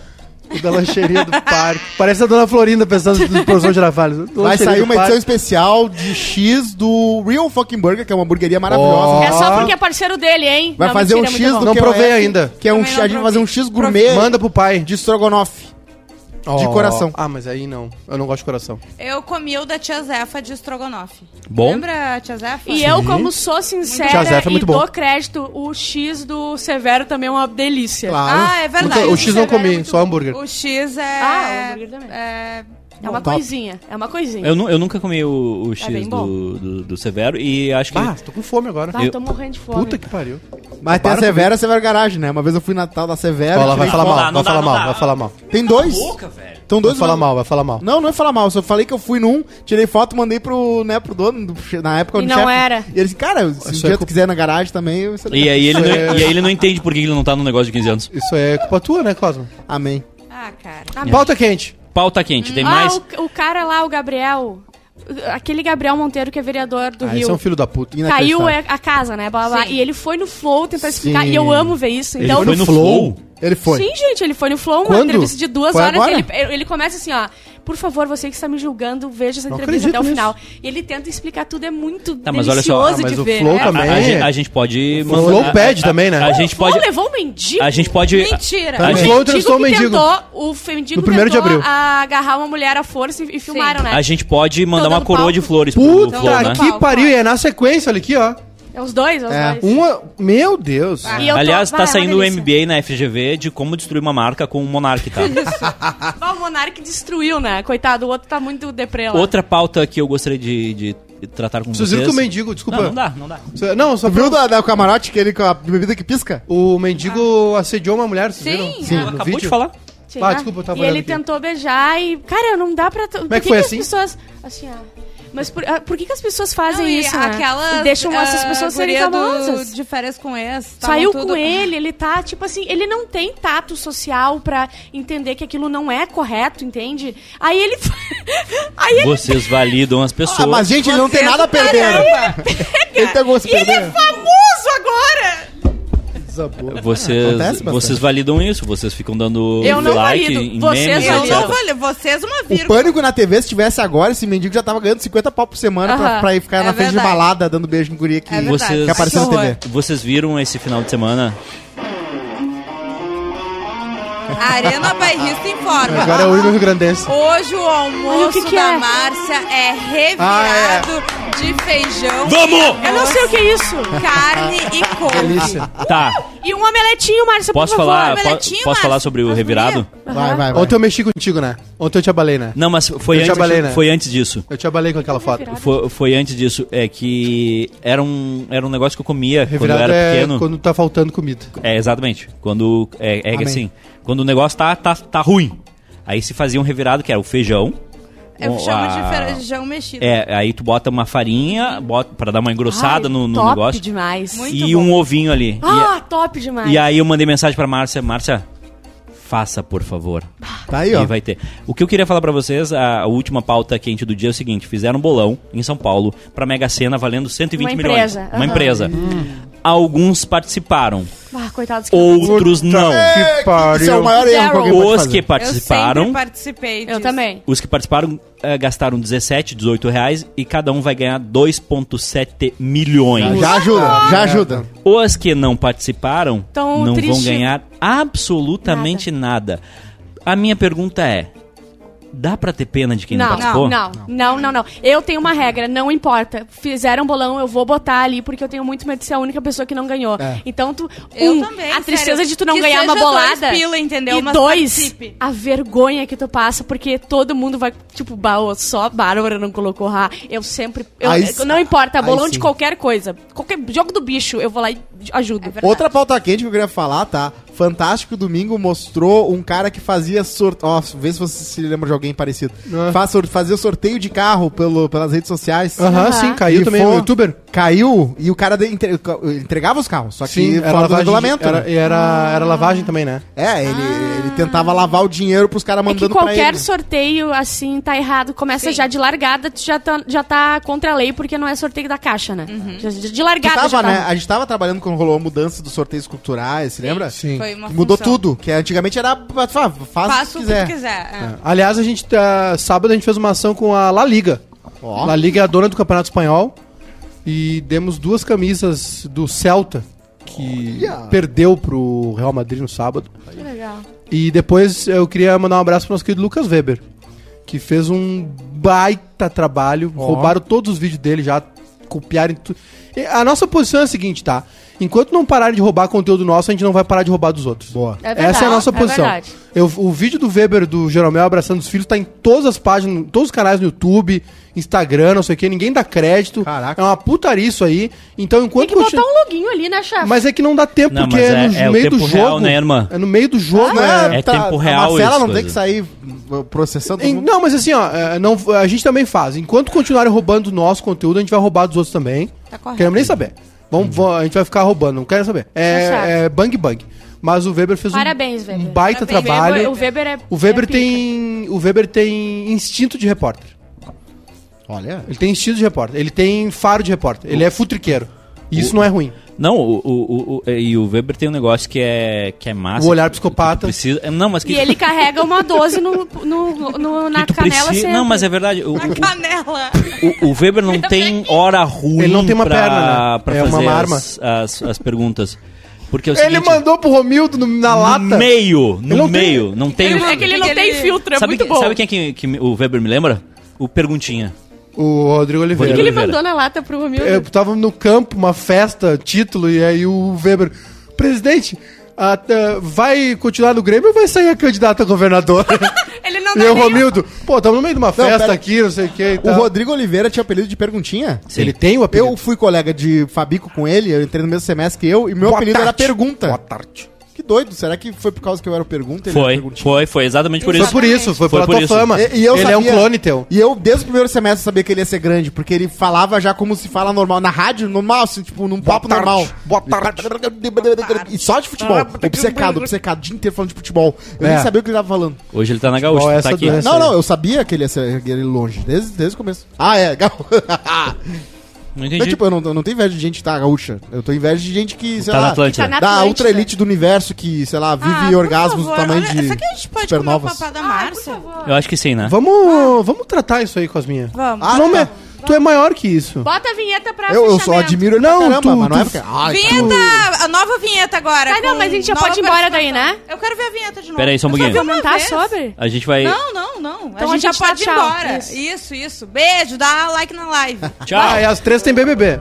C: o da lancheria do parque. Parece a dona Florinda pensando no professor Girafales.
D: Vai sair uma edição especial de X do Real Fucking Burger, que é uma hamburgueria maravilhosa.
C: Ó.
A: É só porque é parceiro dele, hein?
D: Vai
A: Não,
D: fazer
A: mentira,
D: um
A: é
D: X
A: muito
D: do
A: bom.
C: Não
D: que
C: provei
D: é-
C: ainda.
D: Que é um, a
E: Também não
D: gente vai fazer um X gourmet
C: Manda pro pai.
D: de estrogonofe.
C: Ó.
D: coração.
C: Ah, mas aí não. Eu não gosto de coração.
E: Eu comi o da tia Zefa de estrogonofe.
B: Bom.
E: Lembra a tia Zefa?
A: E eu, como sou sincera
C: Tia Zefa
A: e
C: é muito bom.
A: dou crédito, o X do Severo também é uma delícia.
E: Ah, é verdade.
C: Nunca- o X não
E: Severo é
C: comi,
E: muito
C: só
E: bom.
C: hambúrguer.
E: O X é...
A: Ah, o hambúrguer também.
E: É...
A: é uma
D: Top.
A: coisinha, é uma coisinha.
B: Eu, nu- eu nunca comi o, o X
A: É bem bom.
B: do, do, do Severo e acho que...
C: Ah, tô com fome agora.
A: Ah,
B: eu-
A: tô morrendo de fome.
C: Puta que pariu.
D: Mas tem a Severa, a Severa Garagem, né? Uma vez eu fui em Natal da Severa.
C: Ó, ela vai
D: tirei
C: falar
D: foto.
B: dá,
C: mal,
B: não
C: vai
B: dá,
C: falar
B: não dá.
C: mal, vai falar mal.
D: Tem dois.
B: velho.
D: Então
C: Vai
D: dois.
C: falar
D: mesmo.
C: mal, vai falar mal.
D: Não, não é falar mal. Eu só falei que eu fui num, tirei foto, mandei pro, né, pro dono, do che- na época
A: E
D: do
A: não
D: chefe.
A: era.
D: E ele disse, cara, se um
C: Isso
D: dia
C: é
D: tu
C: cu-
D: quiser ir na garagem também, eu sei lá.
B: E aí, ele não,
C: É.
B: e aí ele não entende por que ele não tá no negócio de 15 anos.
C: Isso é culpa tua, né, Cosmo?
D: Amém.
E: Ah, cara.
C: Pauta quente.
B: Pauta tá quente, tem
A: Ah,
B: mais...
A: o, o cara lá, o Gabriel, aquele Gabriel Monteiro que é vereador do
C: Ah,
A: Rio.
C: esse é um filho da puta.
A: Caiu é,
D: inacreditável.
A: a casa, né? Blá, blá, blá.
E: Sim.
A: E ele foi no Flow tentar explicar.
D: Sim.
A: E eu amo ver isso.
B: Ele
A: Então,
B: foi no Flow?
D: Ele foi.
A: Sim, gente, ele foi no Flow, uma
C: Quando?
A: entrevista de duas
D: Foi
A: horas.
D: agora?
A: Ele, ele começa assim, ó. Por favor, você que está me julgando, veja essa
C: Não
A: entrevista até o
C: acredito
A: final. E ele tenta explicar tudo, é muito
B: Tá, mas olha
A: delicioso
B: só. Ah,
C: mas
A: de
C: o
A: ver.
C: Flow
A: né?
B: A, a-
C: também.
B: a gente, a gente pode...
C: O Flow pede também, né?
B: A, a gente
A: O Flow
B: pode...
A: levou um mendigo.
B: A gente pode...
E: Mentira.
B: A
C: O
B: gente-
C: Flow
A: O mendigo
C: transformou
A: que
C: em mendigo.
A: tentou, o fe- mendigo
C: No primeiro de
A: tentou
C: abril.
A: agarrar uma mulher à força e, e filmaram, né?
B: A gente pode mandar
A: Tô
B: uma
A: dando
B: coroa
A: palco.
B: de flores pro
C: Puta
B: Flow, né?
C: que
E: Paulo,
C: pariu. E
E: Paulo.
C: é na sequência, olha aqui, ó.
A: É os dois, é os
D: É.
A: dois.
C: Uma... Meu Deus.
A: E eu tô-
B: Aliás,
A: Vai,
B: tá
A: é uma
B: saindo o
A: delícia.
B: MBA na FGV de como destruir uma marca com o Monark, tá?
A: Ah, o Monark destruiu, né? Coitado, o outro tá muito deprê lá.
B: Outra pauta que eu gostaria de, de tratar com
C: Vocês viram que o mendigo, desculpa.
B: Não, não dá, não dá.
C: Cê- Não, só
D: Tu viu da, da camarote que ele com a bebida que pisca?
C: o mendigo assediou uma mulher, vocês viram?
E: Sim,
C: no
B: Acabou
C: vídeo?
B: de falar.
A: Sei lá.
C: Ah, desculpa, eu tava
A: E ele
C: olhando aqui.
A: tentou beijar e. Cara, não dá pra. Como
C: é que foi assim?
A: As pessoas... Assim, ó. Mas por, ah, por que, que as pessoas fazem
E: Não, e
A: isso? né?
E: Aquelas,
A: E deixam
E: ah,
A: essas pessoas serem
E: guria do-
A: famosas.
E: de tá férias com ex. tavam
A: Saiu
E: tudo-
A: com ele, ele tá, tipo assim, ele não tem tato social pra entender que aquilo não é correto, entende? Aí ele. Aí ele
B: Vocês validam as pessoas.
D: Ah, mas gente, ele não tem nada a perder. né? Ele tem alguma coisa
A: é
D: a perder.
A: famoso agora!
D: Desabou.
B: Vocês,
D: Acontece bastante.
B: vocês validam isso, vocês ficam dando
A: Eu não
B: like
A: valido.
B: em
A: Vocês
B: memes,
E: Eu
A: validam.
C: é.
E: não
B: etc.
E: valho. Vocês uma
D: O
E: vírgula.
D: pânico na TV, se tivesse agora, esse mendigo já tava ganhando 50 pau por semana pra,
A: Aham,
D: pra ir ficar
E: é
D: na frente de
E: verdade.
D: balada dando beijo em guria que,
E: É verdade.
D: que apareceu na
E: Que
D: TV.
E: horror.
B: Vocês viram esse final de semana?
E: Arena Bairrista informa.
C: Agora é o Igor Rio Grandense.
E: Hoje o almoço
A: Ai, o que que
E: da
A: é?
E: Márcia é revirado de feijão.
B: Vamos!
E: Ah.
A: Eu não sei o que é isso!
E: Carne e couve.
C: Delícia.
B: Tá,
A: E um omeletinho, Márcio,
B: Posso
A: por favor.
B: falar, po-
A: omelete-
E: Meletinho,
B: posso falar
E: Márcio,
B: sobre o
E: faz
B: revirado?
D: Vai, vai, vai.
C: Ontem eu mexi contigo, né? Ontem eu te abalei, né?
B: Não, mas foi
C: Eu te
B: antes,
C: abalei, né?
B: foi antes disso.
C: Eu te abalei com aquela foto.
B: Foi, foi antes disso. É que era um, era um negócio que eu comia
C: Revirada
B: quando eu era
C: é
B: pequeno.
C: quando tá faltando comida.
B: É, exatamente. Quando. É, é que
D: Amém.
B: assim, quando o negócio tá, tá, tá ruim. Aí se fazia um revirado, que era o feijão.
E: Eu
A: É,
B: o-
E: chamo
B: a-
E: de feijão mexido.
B: É, aí tu bota uma farinha bota, pra dar uma engrossada
A: Ai,
B: no, no
A: top
B: negócio.
A: demais.
E: Muito
B: E
E: bom.
B: um ovinho ali. E-
A: Ah, top demais.
B: e, aí eu mandei mensagem pra Márcia. Márcia, faça, por favor.
D: Tá aí, ó.
B: E vai ter. O que eu queria falar pra vocês, a, a última pauta quente do dia é o seguinte: fizeram um bolão em São Paulo pra Mega Sena valendo 120
A: Uma
B: milhões.
A: empresa,
B: Uma
A: aham. Hum.
B: empresa. Alguns participaram,
A: Ah, coitados que
B: outros não.
C: Que pariu.
D: Isso é o maior erro que alguém pode
B: Os
D: fazer.
B: que
E: Eu
B: participaram,
E: sempre participei
A: Eu
E: disso.
A: também.
B: os que participaram eh, gastaram 17, 18 reais e cada um vai ganhar 2,7 milhões.
D: Já ajuda, já ajuda.
B: Os que não participaram
A: Tão
B: não vão
A: triste.
B: ganhar absolutamente nada. A minha pergunta é: dá pra ter pena de quem não,
A: Não,
B: participou?
A: não, não, não, não, não. Eu tenho uma regra, não importa. Fizeram um bolão, eu vou botar ali, porque eu tenho muito medo de ser a única pessoa que não ganhou.
D: É.
A: Então, tu.
E: Eu
A: um,
E: também,
A: A tristeza
E: sério.
A: de tu não
E: Que
A: ganhar
E: seja
A: uma bolada.
E: dois pila, entendeu?
A: E
E: Mas
A: dois,
E: participe.
A: a vergonha que tu passa, porque todo mundo vai, tipo, baú, só Bárbara não colocou rá. Eu sempre. eu-
D: Aí s-
A: não importa,
D: aí
A: bolão
D: sim.
A: de qualquer coisa. Qualquer jogo do bicho, eu vou lá e
E: É
A: ajudo.
D: Outra pauta quente que eu queria falar, tá? Fantástico Domingo mostrou um cara que fazia sorteio. Ó, vê se você se lembra de alguém parecido.
C: Ah.
D: Faz sor- Fazia sorteio de carro pelo... pelas redes sociais.
C: Aham, sim, caiu
D: E
C: também
D: foi-
C: um youtuber.
D: Caiu e o cara de- entre- entregava os carros, só que
C: Sim, era
D: fora do
C: lavagem.
D: regulamento.
C: de- era,
D: né?
C: era, era lavagem também, né?
D: É, ele, ele tentava lavar o dinheiro pros caras
A: É que
D: mandando pra ele.
A: qualquer sorteio, assim, tá errado. Começa
E: Sim.
A: já de largada, tu já tá, já tá contra a lei, porque não é sorteio da caixa, né? Já- já- de largada
D: Tu
A: já
D: tava,
A: tá.
D: né? A gente tava trabalhando quando rolou a mudança dos sorteios culturais, se lembra?
C: Sim.
E: Foi uma
D: Mudou
E: função.
D: tudo, que antigamente era fa- fa- faz,
E: Faça
D: o
E: o
D: que
E: que
D: quiser.
E: tu quiser. é.
C: Aliás, a gente. tá- sábado a gente fez uma ação com a La Liga.
D: Ó.
C: La Liga é a dona do Campeonato Espanhol. E demos duas camisas do Celta, que
D: Olha.
C: perdeu pro Real Madrid no sábado.
A: Que legal.
C: E depois eu queria mandar um abraço pro nosso querido Lucas Weber, que fez um baita trabalho.
D: Ó.
C: Roubaram todos os vídeos dele já, copiaram tudo. E A nossa posição é a seguinte, tá? Enquanto não pararem de roubar conteúdo nosso, a gente não vai parar de roubar dos outros.
D: Boa.
A: É verdade,
C: Essa é a nossa
A: é
C: posição.
A: verdade.
C: Eu- o vídeo do Weber do Jeromel abraçando os filhos tá em todas as páginas, em todos os canais no YouTube, Instagram, não sei o que, ninguém dá crédito.
D: Caraca.
C: É uma putaria isso aí. Então,
A: Tem
C: enquanto
A: que botar
C: continu-
A: um loginho ali, né, chefe?
C: Mas é que não dá tempo,
B: Não,
C: porque
B: mas
C: é,
B: é-
C: no
B: é o
C: meio do
B: tempo
C: jogo.
B: real, né, irmã?
C: É no meio do jogo, né?
B: É tempo real
D: Ah, tá. A
B: isso,
D: Marcela não
B: coisa.
D: tem que sair uh, processando
C: Em-
D: todo mundo.
C: não, mas assim, ó, é, não, a gente também faz. Enquanto continuarem roubando o nosso conteúdo, a gente vai roubar dos outros também.
E: Tá correto.
C: Queremos nem saber. Vamos, vamos- a gente vai ficar roubando, não quero saber.
A: Tá
C: É,
A: certo.
C: é bang bang. Mas o Weber fez um-
A: Parabéns,
C: um,
A: Weber.
C: baita
E: Parabéns,
C: trabalho.
A: O Weber é.
C: O Weber
A: é pica.
C: tem. O Weber tem instinto de repórter.
D: Olha.
C: Ele tem instinto de repórter. Ele tem faro de repórter. Ele é futriqueiro. E isso não é ruim.
B: Não, o, o, o- o- e o Weber tem um negócio que é, que é massa.
C: O olhar
B: que tu
C: psicopata.
B: Precisa, não, mas que
A: E ele carrega uma 12 no, no, no- na
B: que tu
A: canela
B: precisa-
A: sempre.
B: Não, mas é verdade. O, o-
E: Canela.
B: o- o Weber não tem hora ruim
C: Ele não tem uma
B: pra,
C: perna, né?
B: pra
C: É uma
B: fazer
C: arma.
B: As, as, as perguntas. Porque é o
C: Ele
B: seguinte,
C: mandou pro Romildo no- na
B: no
C: lata.
B: meio, no
C: não tem-
B: meio, não tem... um
A: Ele- é que ele não tem
E: Ele-
A: filtro, é
B: sabe,
A: muito
B: que-
A: bom.
B: sabe quem é que, que me- o Weber me lembra? O Perguntinha.
C: O Rodrigo Oliveira.
A: que ele
B: Oliveira.
A: mandou na lata pro Romildo?
C: Eu tava no campo, uma festa, título, e aí o Weber. Presidente, a- a- vai continuar no Grêmio ou vai sair a candidata a governador?
E: Ele não
C: e o
E: nem- um-
C: Romildo, pô, tamo no meio de uma festa
D: pera.
C: aqui, não sei o que.
D: O Rodrigo Oliveira tinha apelido de perguntinha?
C: Ele tem o apelido?
D: Eu fui colega de Fabico com ele, eu entrei no mesmo semestre que eu, e meu
C: Boa
D: apelido era
C: tarde.
D: Pergunta.
C: Boa tarde.
D: Que doido, será que foi por causa que eu era o Pergunta?
C: é
D: ele era
B: Foi,
D: Perguntinha?
B: foi, foi exatamente por
C: Foi
B: isso.
C: por isso, foi,
B: Foi
C: pela
B: por
C: tua
B: isso.
C: fama.
D: E, e eu
C: ele
D: sabia-
C: é um clone teu.
D: E eu, desde o primeiro semestre, sabia que ele ia ser grande, porque ele falava já como se fala normal, na rádio, normal, assim, tipo, num papo
C: tarde.
D: normal.
C: Boa tarde.
D: E só de futebol.
B: Ah, tá, um
D: Obcecado, obcecado, o dia inteiro falando de futebol. Eu
C: É.
D: nem sabia o que ele tava falando.
B: Hoje ele tá na gaúcha,
C: Ó,
B: tá
C: essa
B: aqui.
C: doença.
D: Não,
C: aí.
D: não, eu sabia que ele ia ser que ele ia longe, desde, desde o começo. Ah, é, gaúcho.
B: Não
D: Mas,
B: entendi.
D: tipo, eu não, eu não tenho inveja de gente que tá gaúcha. Eu tô inveja de gente que, sei
B: tá na
D: lá,
B: Atlântida.
A: Tá na
D: da
A: Atlântida.
D: ultra elite do universo que, sei lá,
E: Ah,
D: vive
E: por
D: orgasmos do
E: favor,
D: tamanho de
E: olha, Será que a gente pode
D: supernovas.
E: comer o papá
A: Ah,
E: da Márcia?
B: Eu acho que sim, né?
C: Vamos, vamos tratar isso aí com as minhas.
E: Vamos.
D: Ah,
C: tu, não
D: tá.
C: é- tu é maior que isso.
A: Bota a vinheta pra
D: Eu, eu só
A: fechamento.
D: admiro ele
C: Não,
D: pra caramba,
C: tu-
D: mas não é
C: tu-
D: porque... Ai,
E: Vinheta! A nova vinheta agora.
A: Ah, não,
E: com
A: mas a gente já
E: nova
A: pode ir embora daí,
E: participação.
A: né?
E: Eu quero ver a vinheta de novo.
B: Pera aí, só um
E: Eu
B: pouquinho.
E: vi uma
A: Comentar
E: vez.
A: sobre?
B: A gente vai...
E: Não, não, não.
A: Então
E: a gente já pode ir
A: tá, tchau.
E: embora.
A: Isso.
E: Isso. isso, Beijo, dá like na live.
C: é,
B: Tchau.
C: Ah, e Ah, as três tem BBB.